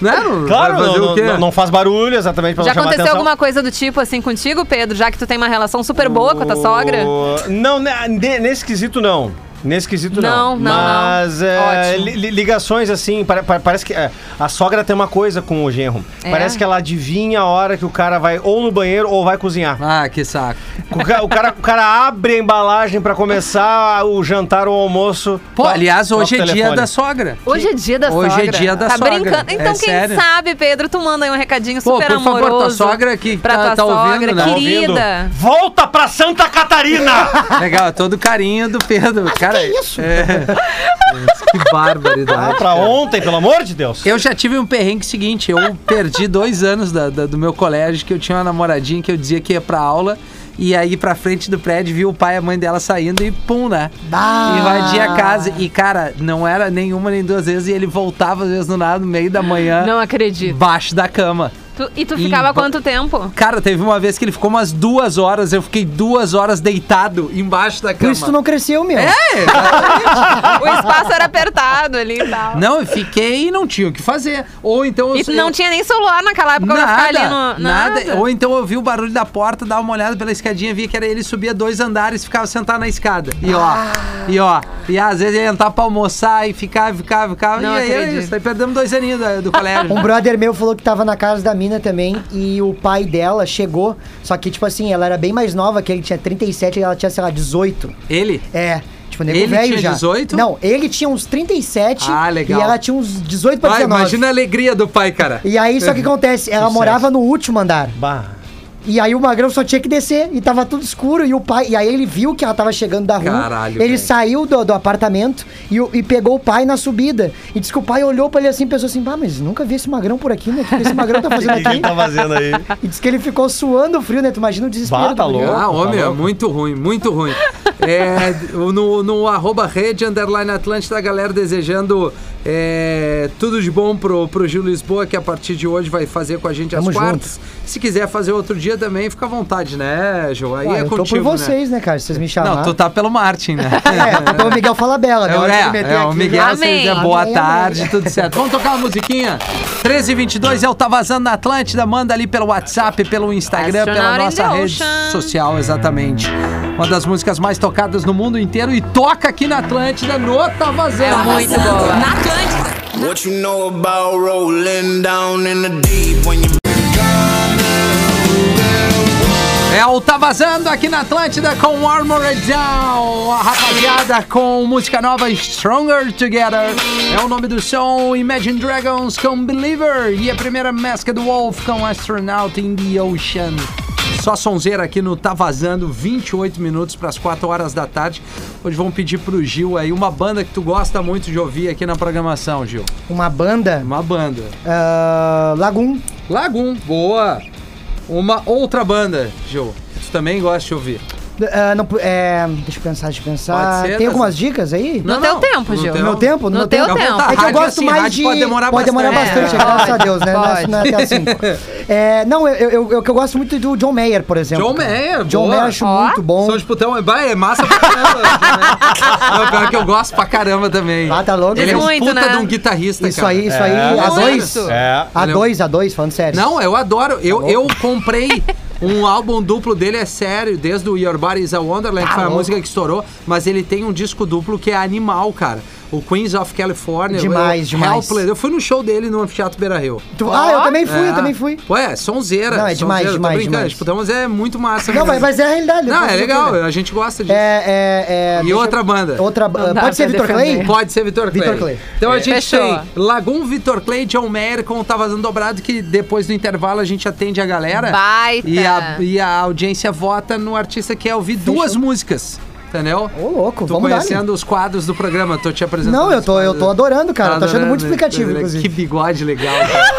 Speaker 4: Não,
Speaker 6: Claro,
Speaker 4: né, vai
Speaker 6: não,
Speaker 4: fazer o
Speaker 6: não,
Speaker 4: quê?
Speaker 6: não- não faz barulho exatamente pra
Speaker 3: Já
Speaker 6: não chamar
Speaker 3: aconteceu
Speaker 6: atenção.
Speaker 3: alguma coisa do tipo assim contigo, Pedro, já que tu tem uma relação super boa com a tua sogra?
Speaker 6: O- Não, né, ne- nesse quesito não. Nesse quesito
Speaker 3: Não,
Speaker 6: não.
Speaker 3: não,
Speaker 6: Mas
Speaker 3: não.
Speaker 6: é,
Speaker 3: Ótimo.
Speaker 6: li- li- ligações assim, pare- pare- parece que é, a sogra tem uma coisa com o genro.
Speaker 3: É?
Speaker 6: Parece que ela adivinha a hora que o cara vai ou no banheiro ou vai cozinhar.
Speaker 4: Ah, que saco.
Speaker 6: O ca- o cara, o cara, abre a embalagem pra começar o jantar ou o almoço.
Speaker 4: Pô, aliás, hoje é
Speaker 6: Toca o
Speaker 4: dia
Speaker 6: telefone.
Speaker 4: da sogra.
Speaker 3: Hoje é dia da
Speaker 4: Hoje é
Speaker 3: sogra.
Speaker 4: dia da
Speaker 3: tá
Speaker 4: sogra,
Speaker 3: brincando.
Speaker 4: é
Speaker 3: Então, quem
Speaker 4: sério.
Speaker 3: sabe, Pedro, tu manda aí um recadinho
Speaker 4: Pô,
Speaker 3: super
Speaker 4: por favor,
Speaker 3: amoroso.
Speaker 4: tua sogra que
Speaker 3: pra
Speaker 4: tá-
Speaker 3: tua
Speaker 4: tá ouvindo,
Speaker 3: sogra,
Speaker 4: né?
Speaker 3: querida.
Speaker 6: Ouvindo? Volta pra Santa Catarina!
Speaker 4: Legal, todo carinho do Pedro. cara, é. que isso? que barbaridade.
Speaker 6: pra ontem, pelo amor de Deus.
Speaker 4: Eu já tive um perrengue seguinte, eu perdi dois anos da- da- do meu colégio, que eu tinha uma namoradinha que eu dizia que ia pra aula, e aí pra frente do prédio, vi o pai e a mãe dela saindo e pum, né?
Speaker 5: Ah.
Speaker 4: Invadia a casa. E, cara, não era nenhuma nem duas vezes, e ele voltava, às vezes, do nada, no meio da manhã,
Speaker 3: Não acredito.
Speaker 4: embaixo da cama.
Speaker 3: Tu- e tu ficava
Speaker 4: É. Ih, ba-
Speaker 3: quanto tempo?
Speaker 4: Cara, teve uma vez que ele ficou umas duas horas, eu fiquei duas horas deitado embaixo da
Speaker 5: Por
Speaker 4: cama.
Speaker 5: isso tu não cresceu, meu.
Speaker 4: É?
Speaker 3: O espaço era apertado ali e tal.
Speaker 4: Não, eu fiquei e não tinha o que fazer. Ou então eu
Speaker 3: E tu não
Speaker 4: eu-
Speaker 3: tinha nem celular naquela época pra ficar
Speaker 4: Nada,
Speaker 3: ali no.
Speaker 4: nada. Ou então eu vi o barulho da porta, dava uma olhada pela escadinha, via que era ele subia dois andares, ficava sentado na escada. E ó, e ó. E às vezes ele ia entrar pra almoçar e ficava, ficava, ficava.
Speaker 3: Não
Speaker 4: e aí era
Speaker 3: acredito.
Speaker 4: isso. Aí perdemos dois aninhos da- do, colégio.
Speaker 5: Um brother meu falou que tava na casa da mina também e o pai dela chegou, só que, tipo assim, ela era bem mais nova que ele, tinha 37 e ela tinha, sei lá, 18.
Speaker 4: ele?
Speaker 5: É, tipo, nego
Speaker 4: Ele
Speaker 5: velho
Speaker 4: tinha
Speaker 5: já.
Speaker 4: 18?
Speaker 5: Não, ele tinha uns 37
Speaker 4: Ah, legal.
Speaker 5: e ela tinha uns 18 pra
Speaker 4: Vai,
Speaker 5: 19.
Speaker 4: imagina a alegria do pai, cara.
Speaker 5: E aí, só que acontece, ela
Speaker 6: Sucesso.
Speaker 5: morava no último andar.
Speaker 6: Bah.
Speaker 5: E aí o Magrão só tinha que descer e tava tudo escuro e o pai, e aí ele viu que ela tava chegando da rua.
Speaker 4: Caralho,
Speaker 5: ele
Speaker 4: velho.
Speaker 5: saiu do, do apartamento e, o- e pegou o pai na subida. E disse que o pai olhou pra ele assim, e pensou assim: "Bah, mas nunca vi esse Magrão por aqui, né? O que esse Magrão tá fazendo
Speaker 6: O que
Speaker 5: aqui?"
Speaker 6: ele tá fazendo aí?
Speaker 5: E disse que ele ficou suando frio, né? Tu imagina o desespero.
Speaker 6: Bah, tá
Speaker 5: do guri.
Speaker 6: louco.
Speaker 4: Ah, homem,
Speaker 6: Tá
Speaker 4: é
Speaker 6: louco.
Speaker 4: muito ruim, muito ruim. É, no, no arroba rede, underline Atlântida, a galera desejando é, tudo de bom pro, pro Gil Lisboa, que a partir de hoje vai fazer com a gente
Speaker 5: Tamo
Speaker 4: as
Speaker 5: junto.
Speaker 4: quartas. Se quiser fazer outro dia também, fica à vontade, né, Gil? Aí
Speaker 5: Ah,
Speaker 4: é
Speaker 5: eu tô
Speaker 4: contigo,
Speaker 5: por
Speaker 4: né?
Speaker 5: vocês, né, cara? Se vocês me chamaram.
Speaker 4: Não, tu tá pelo Martin, né?
Speaker 5: É, então o Miguel fala bela, né?
Speaker 4: É,
Speaker 5: A hora que ele
Speaker 4: é,
Speaker 5: meter
Speaker 4: é, o
Speaker 5: aqui,
Speaker 4: Miguel,
Speaker 5: né?
Speaker 4: se
Speaker 3: Amém.
Speaker 4: dizer boa
Speaker 5: Amém,
Speaker 4: tarde, tudo certo. Vamos tocar uma musiquinha? 13 22 é o Tá Vazando na Atlântida. Manda ali pelo WhatsApp, pelo Instagram, pela
Speaker 3: Astronaut in
Speaker 4: nossa
Speaker 3: the
Speaker 4: rede
Speaker 3: ocean.
Speaker 4: social, exatamente. Uma das músicas mais tocadas no mundo inteiro e toca aqui na Atlântida no Tá
Speaker 3: É
Speaker 4: Vazando.
Speaker 3: muito boa.
Speaker 7: What you know about rolling down in the deep when you
Speaker 4: É o Tá Vazando aqui na Atlântida com Armored Down, a rapaziada com música nova Stronger Together. É o nome do som Imagine Dragons com Believer e a primeira Masked Wolf com Astronaut in the Ocean. Só sonzeira aqui no Tá Vazando, 28 minutos para as 4 horas da tarde. Hoje vamos pedir pro Gil aí uma banda que tu gosta muito de ouvir aqui na programação, Gil.
Speaker 5: Uma banda.
Speaker 4: Uma banda.
Speaker 5: ah, Lagoon.
Speaker 4: Lagum, boa. Uma outra banda, Gil. que Tu também gosta de ouvir.
Speaker 5: Ah, não, é, deixa eu pensar, deixa eu pensar.
Speaker 4: Pode ser,
Speaker 5: Tem
Speaker 4: Daza?
Speaker 5: algumas dicas aí?
Speaker 3: No
Speaker 4: Não,
Speaker 3: teu
Speaker 4: não,
Speaker 3: tempo,
Speaker 4: no
Speaker 3: Gil.
Speaker 4: teu-
Speaker 5: No meu tempo?
Speaker 3: No teu
Speaker 5: tempo.
Speaker 3: tempo.
Speaker 5: É que eu
Speaker 4: Rádio,
Speaker 5: gosto
Speaker 4: assim,
Speaker 5: mais
Speaker 4: rádio
Speaker 5: de.
Speaker 4: pode demorar bastante.
Speaker 5: bastante,
Speaker 3: É,
Speaker 5: graças a
Speaker 3: pode,
Speaker 5: Deus, né? Não é- Não é até as cinco. É, não, eu, eu, eu, eu gosto muito do John Mayer, por exemplo.
Speaker 4: John Mayer,
Speaker 5: John
Speaker 4: boa.
Speaker 5: Mayer acho
Speaker 3: Ó.
Speaker 5: muito bom.
Speaker 4: Som de putão é, vai, é massa pra caramba. né? Não, pior que eu gosto pra caramba também.
Speaker 5: Ah, tá louco.
Speaker 4: Ele é um
Speaker 3: Muito,
Speaker 4: puta
Speaker 3: né?
Speaker 4: de um guitarrista,
Speaker 5: Isso
Speaker 4: cara.
Speaker 5: aí, isso aí.
Speaker 6: É.
Speaker 5: a
Speaker 3: Muito.
Speaker 5: dois.
Speaker 6: É.
Speaker 5: A
Speaker 4: Ele é um-
Speaker 5: dois, a dois, falando sério.
Speaker 4: Não, eu adoro.
Speaker 5: Tá
Speaker 4: Eu, eu comprei um álbum duplo dele, é sério, desde o Your Body is a Wonderland, que foi a
Speaker 5: Tá louco.
Speaker 4: música que estourou, mas ele tem um disco duplo que é animal, cara. O Queens of California.
Speaker 5: Demais,
Speaker 4: eu,
Speaker 5: demais.
Speaker 4: Helpless. Eu fui no show dele no Anfiteatro Beira Rio.
Speaker 5: Tu- ah, eu também fui, eu também fui.
Speaker 4: Ué, É. sonzeira.
Speaker 5: Não, é demais,
Speaker 4: sonzeira, tô
Speaker 5: demais,
Speaker 4: brincando,
Speaker 5: demais.
Speaker 4: Tipo, mas é muito massa.
Speaker 5: Não,
Speaker 4: mesmo.
Speaker 5: mas, mas é a realidade. eu
Speaker 4: Não,
Speaker 5: gosto
Speaker 4: é
Speaker 5: de
Speaker 4: legal,
Speaker 5: tudo.
Speaker 4: a gente gosta disso.
Speaker 5: É, é, é,
Speaker 4: E
Speaker 5: deixa-
Speaker 4: outra banda?
Speaker 5: Outra
Speaker 3: Não dá
Speaker 5: banda. Pode ser
Speaker 3: pra
Speaker 5: Vitor Clay?
Speaker 3: defender.
Speaker 4: Pode ser Vitor Clay.
Speaker 5: Vitor Clay.
Speaker 4: Então a gente
Speaker 3: É, Fechou.
Speaker 4: tem Lagum, Vitor Clay, John Mayer com o Tá Vazando Dobrado, que depois do intervalo a gente atende a galera.
Speaker 3: Baita.
Speaker 4: E a, e a audiência vota no artista que quer ouvir duas músicas. Entendeu?
Speaker 5: Ô, louco,
Speaker 4: Tô
Speaker 5: vamos lá.
Speaker 4: conhecendo os quadros do programa, tô te apresentando.
Speaker 5: Não, eu tô,
Speaker 4: os
Speaker 5: eu
Speaker 4: quadros.
Speaker 5: tô adorando, cara.
Speaker 4: Tá
Speaker 5: tô achando
Speaker 4: adorando,
Speaker 5: muito explicativo,
Speaker 4: né?
Speaker 5: inclusive.
Speaker 4: Que bigode legal.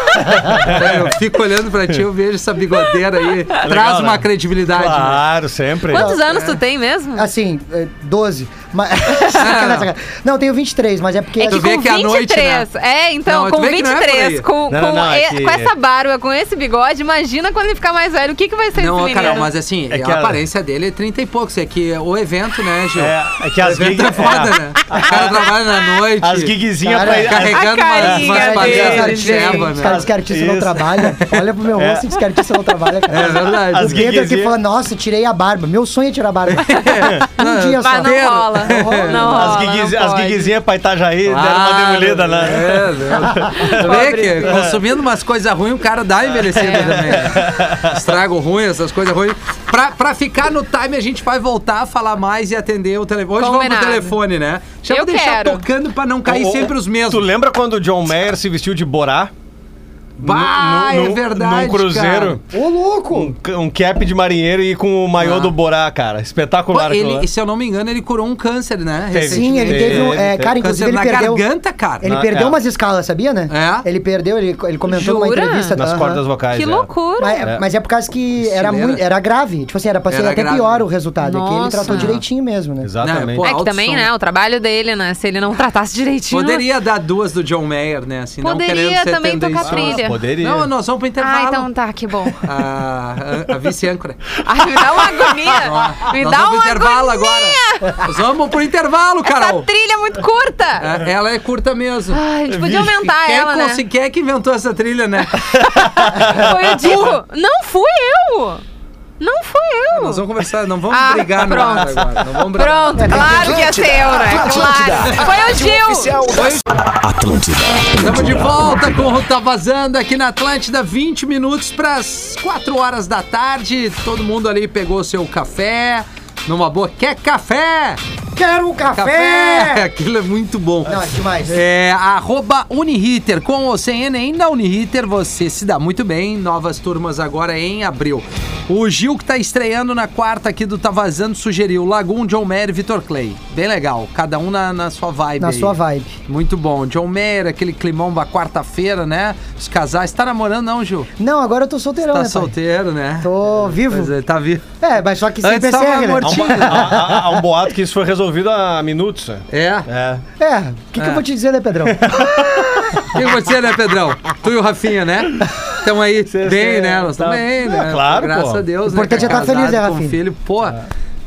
Speaker 4: cara. Sério, eu fico olhando pra ti, eu vejo essa bigodeira aí. Traz uma
Speaker 6: né?
Speaker 4: credibilidade. né?
Speaker 6: Claro, sempre.
Speaker 3: Quantos anos tu tem mesmo?
Speaker 5: Assim, é, 12. Mas. Sacanagem, sacanagem. Não, eu tenho 23, mas é porque.
Speaker 3: É que
Speaker 4: vê
Speaker 3: com
Speaker 4: que é à noite,
Speaker 3: 23. É, então,
Speaker 4: Não, tu
Speaker 3: com
Speaker 4: vê que não é por
Speaker 3: 23,
Speaker 4: aí.
Speaker 3: com,
Speaker 6: Não,
Speaker 3: com,
Speaker 6: não, não, é
Speaker 3: e-
Speaker 6: que-
Speaker 3: com essa barba, com esse bigode, imagina quando ele ficar mais velho. O que, que vai ser
Speaker 4: Não,
Speaker 3: esse menino?
Speaker 4: Carol, mas assim,
Speaker 6: É que
Speaker 4: a
Speaker 6: ela-
Speaker 4: aparência dele é 30 e poucos. É que o evento evento, né, Gil?
Speaker 6: É, é que as
Speaker 4: o evento
Speaker 6: gig-
Speaker 4: é foda,
Speaker 6: é.
Speaker 4: né? O cara trabalha na noite.
Speaker 6: As giguezinhas
Speaker 5: Cara,
Speaker 6: pra. as-
Speaker 4: Carregando
Speaker 3: A
Speaker 4: umas,
Speaker 3: carinha
Speaker 4: umas
Speaker 3: dele,
Speaker 4: bandeiras de
Speaker 3: gente.
Speaker 4: erva,
Speaker 5: Os
Speaker 4: né?
Speaker 5: caras dizem que artista
Speaker 6: Isso.
Speaker 5: não trabalha. Olha pro meu
Speaker 6: É.
Speaker 5: rosto e diz que artista não trabalha, cara.
Speaker 4: É verdade.
Speaker 6: As
Speaker 5: O Pedro aqui
Speaker 6: giguezinhas-
Speaker 5: falando, nossa, tirei a barba. Meu sonho é tirar a barba. um dia só.
Speaker 3: Mas não rola. Não rola.
Speaker 6: As
Speaker 3: não
Speaker 6: giguiz- as
Speaker 3: pode.
Speaker 6: giguezinhas pra Itajaí deram uma
Speaker 4: Claro,
Speaker 6: demolida, né?
Speaker 4: É, né? Tu vê
Speaker 3: Ah, Pobre É.
Speaker 4: que consumindo umas coisas ruins, o cara dá envelhecida também. né? Estrago ruim, essas coisas ruins. Pra, pra ficar no time, a gente vai voltar a falar mais e atender o telefone. Hoje vamos
Speaker 3: Combinado.
Speaker 4: pro telefone, né? Já
Speaker 3: Eu
Speaker 4: vou deixar
Speaker 3: quero.
Speaker 4: tocando pra não cair
Speaker 6: Ô, ô,
Speaker 4: sempre os
Speaker 6: Tu
Speaker 4: mesmos.
Speaker 6: lembra quando o John Mayer se vestiu de Borá?
Speaker 4: Bah,
Speaker 6: Num-
Speaker 4: é
Speaker 6: num-
Speaker 4: verdade,
Speaker 6: Num cruzeiro.
Speaker 5: Ô, louco!
Speaker 6: Um, ca- um cap de marinheiro e com o maiô
Speaker 4: Ah.
Speaker 6: do Borá, cara.
Speaker 4: Pô,
Speaker 6: Espetacular. aquilo né? lá.
Speaker 4: ele, se eu não me engano, ele curou um câncer, né?
Speaker 6: é. Teve.
Speaker 5: Sim, ele
Speaker 6: Teve,
Speaker 5: teve um. é,
Speaker 6: teve.
Speaker 5: cara,
Speaker 4: Câncer
Speaker 5: inclusive ele
Speaker 4: na
Speaker 5: perdeu.
Speaker 4: garganta, cara.
Speaker 5: Ele
Speaker 6: Na-
Speaker 5: perdeu
Speaker 6: é.
Speaker 5: umas escalas, sabia, né?
Speaker 4: É?
Speaker 5: Ele perdeu, ele, ele comentou numa
Speaker 3: Jura?
Speaker 5: entrevista.
Speaker 6: Nas
Speaker 5: aham.
Speaker 6: cordas vocais.
Speaker 3: Que
Speaker 6: é.
Speaker 3: loucura.
Speaker 5: Mas,
Speaker 6: É.
Speaker 5: mas é por causa que era,
Speaker 4: Estileira.
Speaker 5: muito, era grave. Tipo assim, era pra ser
Speaker 4: Era
Speaker 5: até
Speaker 4: grave.
Speaker 5: pior o resultado. É que ele
Speaker 3: Nossa.
Speaker 5: tratou direitinho mesmo, né?
Speaker 6: Exatamente.
Speaker 4: Não,
Speaker 3: É que
Speaker 4: alto
Speaker 3: também,
Speaker 4: som.
Speaker 3: né? O trabalho dele, né? Se ele não tratasse direitinho.
Speaker 4: Poderia dar duas do John Mayer, né? Assim, não
Speaker 3: Poderia
Speaker 4: querendo ser
Speaker 3: também tocar
Speaker 4: tendencioso.
Speaker 3: trilha.
Speaker 6: Poderia.
Speaker 4: Não, nós vamos pro intervalo.
Speaker 3: Ah, então tá, que bom.
Speaker 4: A, a- a vice-âncora.
Speaker 3: Ai, me dá uma agonia. Ah, Me
Speaker 4: Nós
Speaker 3: dá
Speaker 4: vamos pro
Speaker 3: uma
Speaker 4: intervalo
Speaker 3: agonia.
Speaker 4: agora. Nós vamos pro intervalo,
Speaker 3: Essa
Speaker 4: Carol.
Speaker 3: trilha é muito curta.
Speaker 4: É, Ela é curta mesmo.
Speaker 3: Ai, a gente podia aumentar
Speaker 4: quem,
Speaker 3: Ah, ela, né?
Speaker 4: consi- quem é que inventou essa trilha, né?
Speaker 3: Foi o Dico. Não fui eu. Não fui eu.
Speaker 4: Nós vamos conversar, não vamos
Speaker 3: Ah,
Speaker 4: brigar no ar
Speaker 3: pronto.
Speaker 4: agora. Não vamos brigar.
Speaker 3: Pronto, claro que ia ser eu, né? Claro. Foi o Gil. um
Speaker 1: Atlântida,
Speaker 4: Estamos de
Speaker 1: Atlântida.
Speaker 4: volta com o Tá Vazando aqui na Atlântida, 20 minutos para as 4 horas da tarde. Todo mundo ali pegou seu café, numa boa. Quer café?
Speaker 5: Quero um
Speaker 4: Café!
Speaker 5: café!
Speaker 4: Aquilo é muito bom.
Speaker 5: Não, é demais.
Speaker 4: É, arroba Uniriter, com o CN em da Uniriter, você se dá muito bem, novas turmas agora em abril. O Gil que tá estreando na quarta aqui do Tá Vazando sugeriu Lagoon, John Mayer e Vitor Clay. Bem legal, cada um na, na sua vibe
Speaker 5: Na
Speaker 4: aí.
Speaker 5: sua vibe.
Speaker 4: Muito bom. John Mayer, aquele climão da quarta-feira, né? Os casais. Tá namorando não, Gil?
Speaker 5: Não, agora eu tô solteirão,
Speaker 4: Tá
Speaker 5: né, pai?
Speaker 4: solteiro, né?
Speaker 5: Tô vivo.
Speaker 4: Pois é, tá vivo.
Speaker 5: É, mas só que sem
Speaker 4: Antes tava
Speaker 5: PCR, né?
Speaker 6: Há um,
Speaker 4: mortinho.
Speaker 6: há- há- há um boato que isso foi resolvido há minutos. né?
Speaker 4: É.
Speaker 6: É.
Speaker 5: É, o que, que eu vou te dizer, né, Pedrão?
Speaker 4: O que você, né, Pedrão? Tu e o Rafinha, né? Estamos aí bem,
Speaker 6: cê-
Speaker 4: né? Nós
Speaker 6: tá-
Speaker 4: estamos bem,
Speaker 6: Ah,
Speaker 4: né?
Speaker 6: claro,
Speaker 4: Graças
Speaker 6: pô. É.
Speaker 4: a Deus,
Speaker 5: O importante é tá
Speaker 4: Casado
Speaker 5: feliz, né,
Speaker 4: com
Speaker 5: Rafinha?
Speaker 4: filho, pô,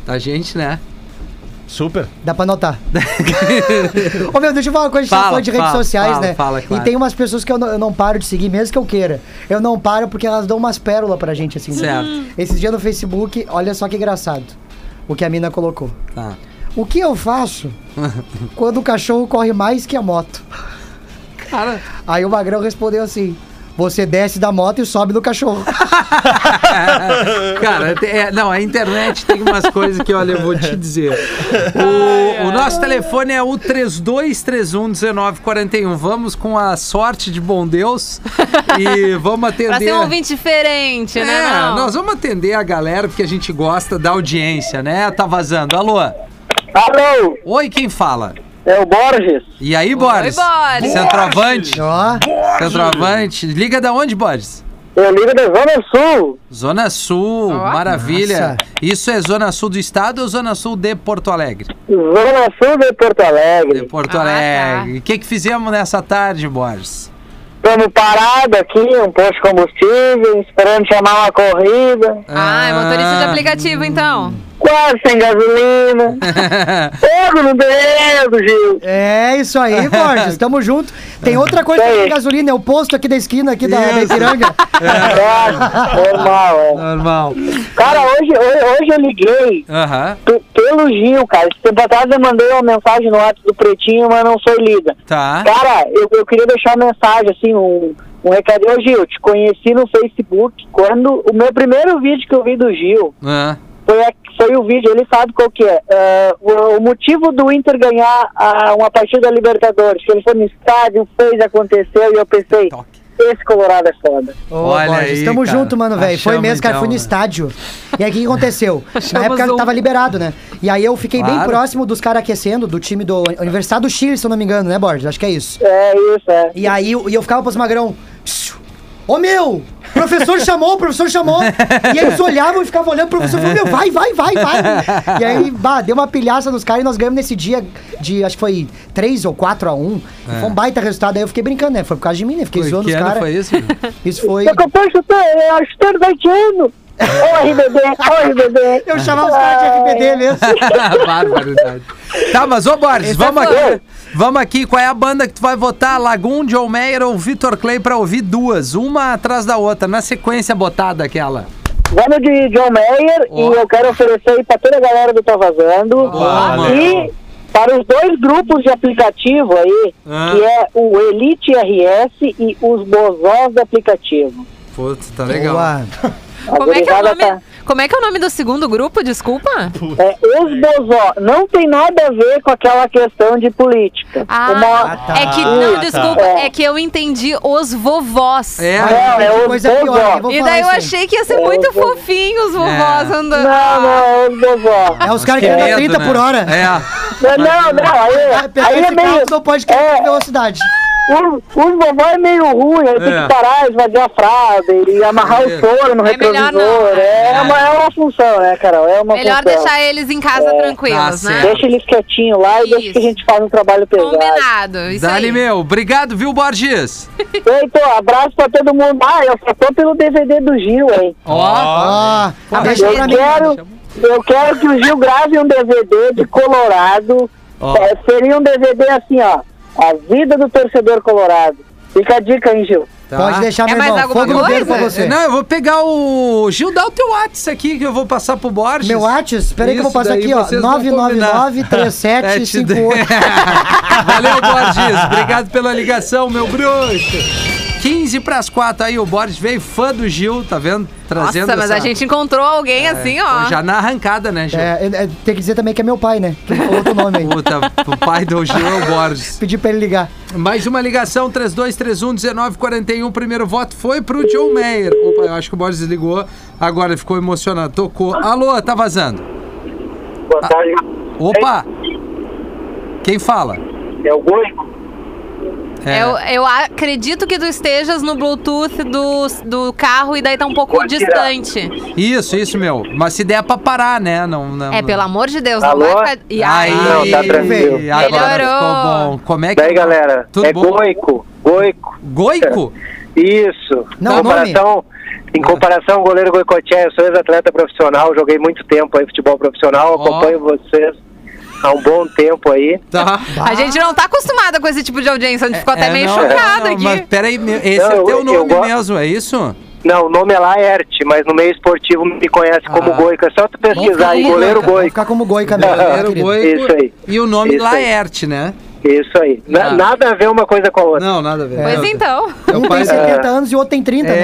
Speaker 4: a gente, né?
Speaker 6: Super.
Speaker 5: Dá pra notar. Ô, meu, deixa eu falar uma coisa. A gente tá
Speaker 4: Fala,
Speaker 5: falando de redes
Speaker 4: fala,
Speaker 5: sociais,
Speaker 4: fala,
Speaker 5: né?
Speaker 4: fala, claro.
Speaker 5: E tem umas pessoas que eu não, eu não paro de seguir, mesmo que eu queira. Eu não paro porque elas dão umas pérolas pra gente, assim.
Speaker 4: Certo.
Speaker 5: Esses dias no Facebook, olha só que engraçado o que a mina colocou.
Speaker 4: Tá.
Speaker 5: O que eu faço quando o cachorro corre mais que a moto?
Speaker 4: Cara,
Speaker 5: Aí o Magrão respondeu assim... Você desce da moto e sobe do cachorro.
Speaker 4: cara, te- é, não, a internet tem umas coisas que, olha, eu vou te dizer. O, o nosso telefone é o 32311941. Vamos com a sorte de bom Deus e vamos atender.
Speaker 3: Pra ser um ouvinte diferente, né?
Speaker 4: É,
Speaker 3: Não.
Speaker 4: nós vamos atender a galera porque a gente gosta da audiência, né? Tá vazando. Alô?
Speaker 8: Alô,
Speaker 4: Oi, quem fala?
Speaker 8: é o Borges,
Speaker 4: E aí, Boris?
Speaker 3: Boris.
Speaker 4: Centroavante.
Speaker 5: Ó,
Speaker 4: Centroavante. Liga da onde, Boris?
Speaker 8: eu ligo da Zona Sul,
Speaker 4: Zona Sul, maravilha.
Speaker 5: Nossa.
Speaker 4: Isso é Zona Sul do estado ou Zona Sul de Porto Alegre?
Speaker 8: Zona Sul de Porto
Speaker 4: De
Speaker 8: Alegre.
Speaker 4: Porto
Speaker 3: Ah,
Speaker 4: Alegre. O que, que fizemos nessa tarde, Boris?
Speaker 8: Estamos parados aqui, um posto de combustível, esperando chamar uma corrida,
Speaker 3: Ah, é motorista de
Speaker 4: Ah,
Speaker 3: aplicativo, então.
Speaker 8: quase sem gasolina. Fogo no dedo, Gil.
Speaker 5: é isso aí, Borges. Tamo junto. Tem outra coisa que tem gasolina, é o posto aqui da esquina, aqui da, da Ipiranga.
Speaker 8: É, normal, é.
Speaker 4: Normal.
Speaker 8: Cara, hoje, hoje, hoje eu liguei
Speaker 4: Aham,
Speaker 8: pe- pelo Gil, cara. Esse tempo atrás eu mandei uma mensagem no WhatsApp do Pretinho, mas não foi lida.
Speaker 4: tá.
Speaker 8: Cara, eu, eu queria deixar uma mensagem, assim, um, um recadinho. Ô, Gil, te conheci no Facebook quando o meu primeiro vídeo que eu vi do Gil
Speaker 4: Ah,
Speaker 8: foi, a- foi o vídeo, ele sabe qual que é. É, o, o motivo do Inter ganhar a- uma partida da Libertadores, que ele foi no estádio, fez, aconteceu, e eu pensei,
Speaker 4: toque.
Speaker 8: esse Colorado é foda.
Speaker 5: Ô,
Speaker 4: Olha
Speaker 5: Borges,
Speaker 4: aí,
Speaker 5: tamo
Speaker 4: cara.
Speaker 5: junto, mano, velho. Foi
Speaker 4: Achamos
Speaker 5: mesmo, cara,
Speaker 4: então,
Speaker 5: fui no
Speaker 4: né?
Speaker 5: estádio. E aí, o que que aconteceu? Na
Speaker 3: Achamos
Speaker 5: época
Speaker 3: um.
Speaker 5: tava liberado, né? E aí eu fiquei bem
Speaker 4: Claro.
Speaker 5: próximo dos caras aquecendo, do time do Universidade do Chile, se eu não me engano, né, Borges? Acho que é isso.
Speaker 8: É isso, é.
Speaker 5: E aí eu- e eu ficava pros magrão. "Psiu, Ô meu! Professor chamou, o professor chamou. E eles olhavam e ficavam olhando, o professor falou, meu, vai, vai, vai, vai. E aí, bah, deu uma pilhaça nos caras e nós ganhamos nesse dia de, acho que foi 3 ou 4 a 1. E Foi um baita resultado. Aí eu fiquei brincando, né? Foi por causa de mim, né? Fiquei
Speaker 4: É. Foi,
Speaker 5: zoando
Speaker 4: que
Speaker 5: os
Speaker 4: ano
Speaker 5: caras.
Speaker 4: foi isso?
Speaker 5: Isso foi.
Speaker 8: Eu comprei o chuteiro, é o chuteiro da Tiano. Ô RBD, ô RBD.
Speaker 5: Eu chamava os caras de RBD mesmo.
Speaker 4: Barbaridade. Tá, mas ô Boris,
Speaker 5: é
Speaker 4: vamos
Speaker 3: foi
Speaker 4: aqui. Vamos aqui, qual é a banda que tu vai votar? Lagoon, John Mayer ou Vitor Clay pra ouvir duas, uma atrás da outra, na sequência botada aquela.
Speaker 8: Vamos de John Mayer
Speaker 4: Ó.
Speaker 8: e eu quero oferecer aí pra toda a galera do Tá Vazando.
Speaker 4: Boa,
Speaker 8: e para os dois grupos de aplicativo aí,
Speaker 4: Ah.
Speaker 8: que é o Elite RS e os Bozós do aplicativo.
Speaker 4: Putz, tá legal.
Speaker 5: Boa.
Speaker 8: A
Speaker 3: Como é, que é o
Speaker 8: gurizada
Speaker 3: nome, como é que é o nome do segundo grupo? Desculpa.
Speaker 8: tá- é, os Bozó não tem nada a ver com aquela questão de política.
Speaker 3: Ah,
Speaker 8: Uma-
Speaker 5: tá.
Speaker 3: é que
Speaker 6: Ah,
Speaker 3: não,
Speaker 6: tá.
Speaker 3: desculpa, é que eu entendi os vovós.
Speaker 4: É,
Speaker 8: Não, é
Speaker 5: Que
Speaker 8: os
Speaker 5: coisa pior,
Speaker 8: Bozó.
Speaker 5: eu vou
Speaker 3: E
Speaker 5: falar
Speaker 3: daí eu
Speaker 5: isso aí.
Speaker 3: achei que ia ser muito
Speaker 8: eu vou-
Speaker 3: fofinho os vovós
Speaker 4: É.
Speaker 3: andando.
Speaker 8: É. Não, não, é os Bozó.
Speaker 5: É os caras que
Speaker 4: que
Speaker 5: andam
Speaker 4: medo,
Speaker 5: 30
Speaker 4: né?
Speaker 5: por hora.
Speaker 4: É.
Speaker 8: Não, não, não,
Speaker 5: Ah,
Speaker 8: aí,
Speaker 5: pegar
Speaker 8: aí é
Speaker 5: esse carro
Speaker 8: meio...
Speaker 5: que não pode cair
Speaker 8: é-
Speaker 5: com velocidade.
Speaker 8: Os, os vovó é meio ruim, aí tem
Speaker 4: É.
Speaker 8: que parar, esvaziar a fralda e amarrar
Speaker 4: É.
Speaker 8: o soro no
Speaker 3: É melhor não,
Speaker 8: retrovisor. É,
Speaker 4: né?
Speaker 8: uma, é uma função, né, Carol? É uma
Speaker 3: Melhor
Speaker 8: função.
Speaker 3: deixar eles em casa tranquilos,
Speaker 4: tá
Speaker 3: né?
Speaker 4: certo.
Speaker 8: É. Deixa eles quietinhos lá e deixa
Speaker 3: Isso.
Speaker 8: que a gente faz um trabalho pesado.
Speaker 3: Combinado. Isso
Speaker 4: Dali,
Speaker 3: aí.
Speaker 4: meu. Obrigado, viu, Borges?
Speaker 8: Então, abraço pra todo mundo. Ah, eu só tô pelo DVD do Gil, hein?
Speaker 4: Ó.
Speaker 5: Ó,
Speaker 4: Pô,
Speaker 5: abaixa
Speaker 8: Eu
Speaker 5: Ah, pra mim.
Speaker 8: quero, eu quero que o Gil grave um DVD de Colorado.
Speaker 4: Ó.
Speaker 8: É, seria um DVD assim, ó. A vida do torcedor colorado. Fica a dica, hein, Gil?
Speaker 4: tá.
Speaker 5: Pode deixar,
Speaker 3: É
Speaker 5: meu
Speaker 3: mais
Speaker 5: irmão.
Speaker 3: alguma
Speaker 5: Fogo no dedo
Speaker 3: coisa?
Speaker 5: pra você.
Speaker 4: Não, eu vou pegar o. Gil, dá o teu WhatsApp aqui que eu vou passar pro Borges.
Speaker 5: Meu Whats, peraí que eu vou
Speaker 4: Isso
Speaker 5: passar
Speaker 4: daí
Speaker 5: aqui, ó.
Speaker 4: vocês vão combinar.
Speaker 5: 999-3758.
Speaker 4: Valeu, Borges. Obrigado pela ligação, meu bruxo. 15 pras 4 aí, o Borges veio fã do Gil, tá vendo?
Speaker 3: Nossa,
Speaker 4: Trazendo
Speaker 3: mas
Speaker 4: essa- É,
Speaker 3: a gente encontrou alguém assim, ó.
Speaker 4: Já na arrancada, né, Gil?
Speaker 5: É, é, é, tem que dizer também que é meu pai, né? Que ele falou outro nome aí.
Speaker 4: Puta, o pai do Gil é o Borges.
Speaker 5: Pedi pra ele ligar.
Speaker 4: Mais uma ligação, 3231-1941. Primeiro voto foi pro John Mayer. Opa, eu acho que o Borges ligou. Agora ele ficou emocionado. Tocou. Alô, tá vazando.
Speaker 8: Boa tarde.
Speaker 4: Opa! Quem fala?
Speaker 8: É o Goico.
Speaker 4: é.
Speaker 3: Eu, eu acredito que tu estejas no Bluetooth do, do carro e daí tá um pouco
Speaker 8: Pode tirar.
Speaker 3: distante.
Speaker 4: Isso, isso, meu. Mas se der pra parar, né? Não, não,
Speaker 3: É,
Speaker 4: não.
Speaker 3: pelo amor de Deus,
Speaker 8: Alô?
Speaker 3: não vai ficar. E
Speaker 4: Ah,
Speaker 3: aí?
Speaker 8: Não, tá tranquilo.
Speaker 4: Agora
Speaker 3: Melhorou.
Speaker 4: ficou bom. Como é que...
Speaker 8: Daí, galera,
Speaker 4: Tudo
Speaker 8: é
Speaker 4: bom?
Speaker 8: Goico. Goico. Ah.
Speaker 4: Goico?
Speaker 8: Isso.
Speaker 5: Não,
Speaker 8: em comparação, em comparação ao goleiro Goicoechea, eu sou ex-atleta profissional, joguei muito tempo aí futebol profissional, acompanho vocês há um bom tempo aí.
Speaker 4: Tá.
Speaker 3: A gente não tá acostumada com esse tipo de audiência, a gente ficou até
Speaker 4: É,
Speaker 3: meio
Speaker 4: não,
Speaker 3: chocado
Speaker 4: não,
Speaker 3: aqui.
Speaker 4: Mas peraí, meu, esse
Speaker 8: Não,
Speaker 4: é
Speaker 8: eu-
Speaker 4: teu
Speaker 8: eu
Speaker 4: nome
Speaker 8: gosto-
Speaker 4: mesmo, é isso?
Speaker 8: Não, o nome é Laerte, mas no meio esportivo me conhece como
Speaker 4: Ah.
Speaker 8: Goico. É só tu pesquisar aí,
Speaker 4: Goico,
Speaker 8: goleiro
Speaker 5: Vou
Speaker 8: Goico.
Speaker 5: ficar como Goica mesmo.
Speaker 8: Não,
Speaker 5: né,
Speaker 4: Era o
Speaker 5: querido?
Speaker 4: Goico
Speaker 8: Isso aí.
Speaker 4: E o nome
Speaker 8: Isso aí.
Speaker 4: Laerte, né?
Speaker 8: Isso aí. Na-
Speaker 4: Ah.
Speaker 8: Nada a ver uma coisa com a outra.
Speaker 4: Não, nada a ver.
Speaker 3: Pois
Speaker 4: Nada a ver.
Speaker 3: então.
Speaker 4: É o
Speaker 5: Um
Speaker 4: pai
Speaker 5: tem
Speaker 4: da-
Speaker 5: 70 anos e o outro tem 30, né?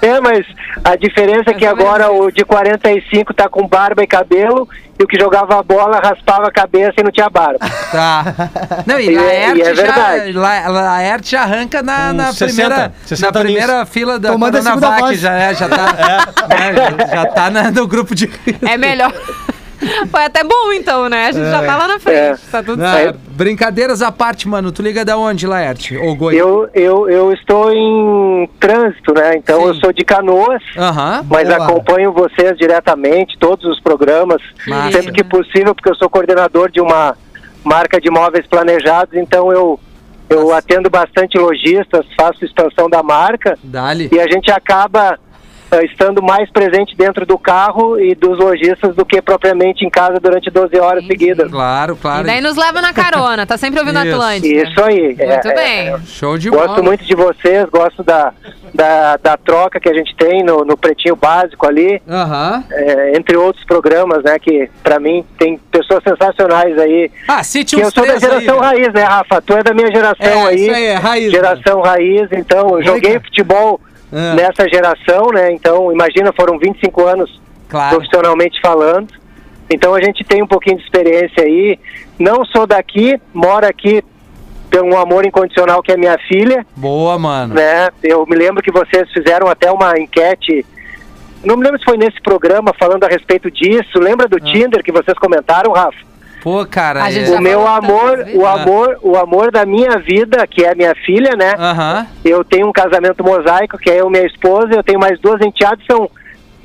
Speaker 4: É, não.
Speaker 8: é, mas a diferença é que
Speaker 3: Mais ou
Speaker 8: agora
Speaker 3: menos.
Speaker 8: o de 45 tá com barba e cabelo, e o que jogava a bola raspava a cabeça e não tinha barba.
Speaker 4: Tá. Não, e
Speaker 8: E é-
Speaker 4: Laerte,
Speaker 8: e é verdade.
Speaker 4: já, La- Laerte já arranca na,
Speaker 6: Com
Speaker 4: na
Speaker 6: 60,
Speaker 4: primeira,
Speaker 6: 60
Speaker 4: na primeira fila da
Speaker 5: Tomando a segunda
Speaker 4: Coronavac,
Speaker 5: dose. É.
Speaker 4: já, é, já tá, né, já, já tá na- no grupo de...
Speaker 3: É melhor. Foi até bom então, né? A gente já tá lá na frente.
Speaker 8: É.
Speaker 3: Tá tudo
Speaker 4: Não,
Speaker 3: certo.
Speaker 4: é, brincadeiras à parte, mano. Tu liga da onde, Laerte? Ou Goi?
Speaker 8: Eu, eu, eu estou em trânsito, né? Então
Speaker 4: Sim. Ah.
Speaker 8: eu sou de Canoas,
Speaker 4: Aham.
Speaker 8: mas
Speaker 5: boa.
Speaker 8: acompanho vocês diretamente, todos os programas,
Speaker 4: Massa.
Speaker 8: sempre que possível, porque eu sou coordenador de uma marca de imóveis planejados, então eu, eu atendo bastante lojistas, faço expansão da marca
Speaker 4: Dali.
Speaker 8: e a gente acaba eh, estando mais presente dentro do carro e dos lojistas do que propriamente em casa durante 12 horas seguidas.
Speaker 4: Claro, claro.
Speaker 3: E daí nos leva na carona, tá sempre ouvindo
Speaker 4: Isso.
Speaker 3: Atlântico.
Speaker 8: Isso aí. é-
Speaker 3: Muito
Speaker 8: é-
Speaker 3: bem.
Speaker 4: Show de bola.
Speaker 8: Gosto muito de vocês, gosto da, da, da troca que a gente tem no, no Pretinho Básico ali,
Speaker 4: Aham.
Speaker 8: é, entre outros programas, né? Que pra mim tem pessoas sensacionais aí.
Speaker 4: Ah, cite
Speaker 8: Que eu
Speaker 4: uns
Speaker 8: sou da
Speaker 4: três aí.
Speaker 8: geração raiz, né, Rafa? Tu é da minha
Speaker 4: É,
Speaker 8: geração aí.
Speaker 4: isso aí, é raiz,
Speaker 8: Geração raiz, então eu joguei
Speaker 4: cara.
Speaker 8: futebol
Speaker 4: Ah.
Speaker 8: nessa geração, né? Então, imagina, foram 25 anos
Speaker 4: Claro.
Speaker 8: profissionalmente falando. Então a gente tem um pouquinho de experiência aí. Não sou daqui, moro aqui, tenho um amor incondicional que é minha filha
Speaker 4: Boa, mano.
Speaker 8: né? Eu me lembro que vocês fizeram até uma enquete. Não me lembro se foi nesse programa falando a respeito disso. Lembra do Tinder que vocês comentaram, Rafa?
Speaker 4: Pô, cara.
Speaker 3: A
Speaker 4: Ah.
Speaker 3: gente
Speaker 4: é-
Speaker 3: já-
Speaker 8: O meu
Speaker 3: falou tantas
Speaker 8: amor,
Speaker 3: vezes.
Speaker 8: o
Speaker 4: Ah.
Speaker 8: amor, o amor da minha vida, que é a minha filha, né?
Speaker 4: Aham.
Speaker 8: Eu tenho um casamento mosaico, que é eu e minha esposa, eu tenho mais duas enteadas, são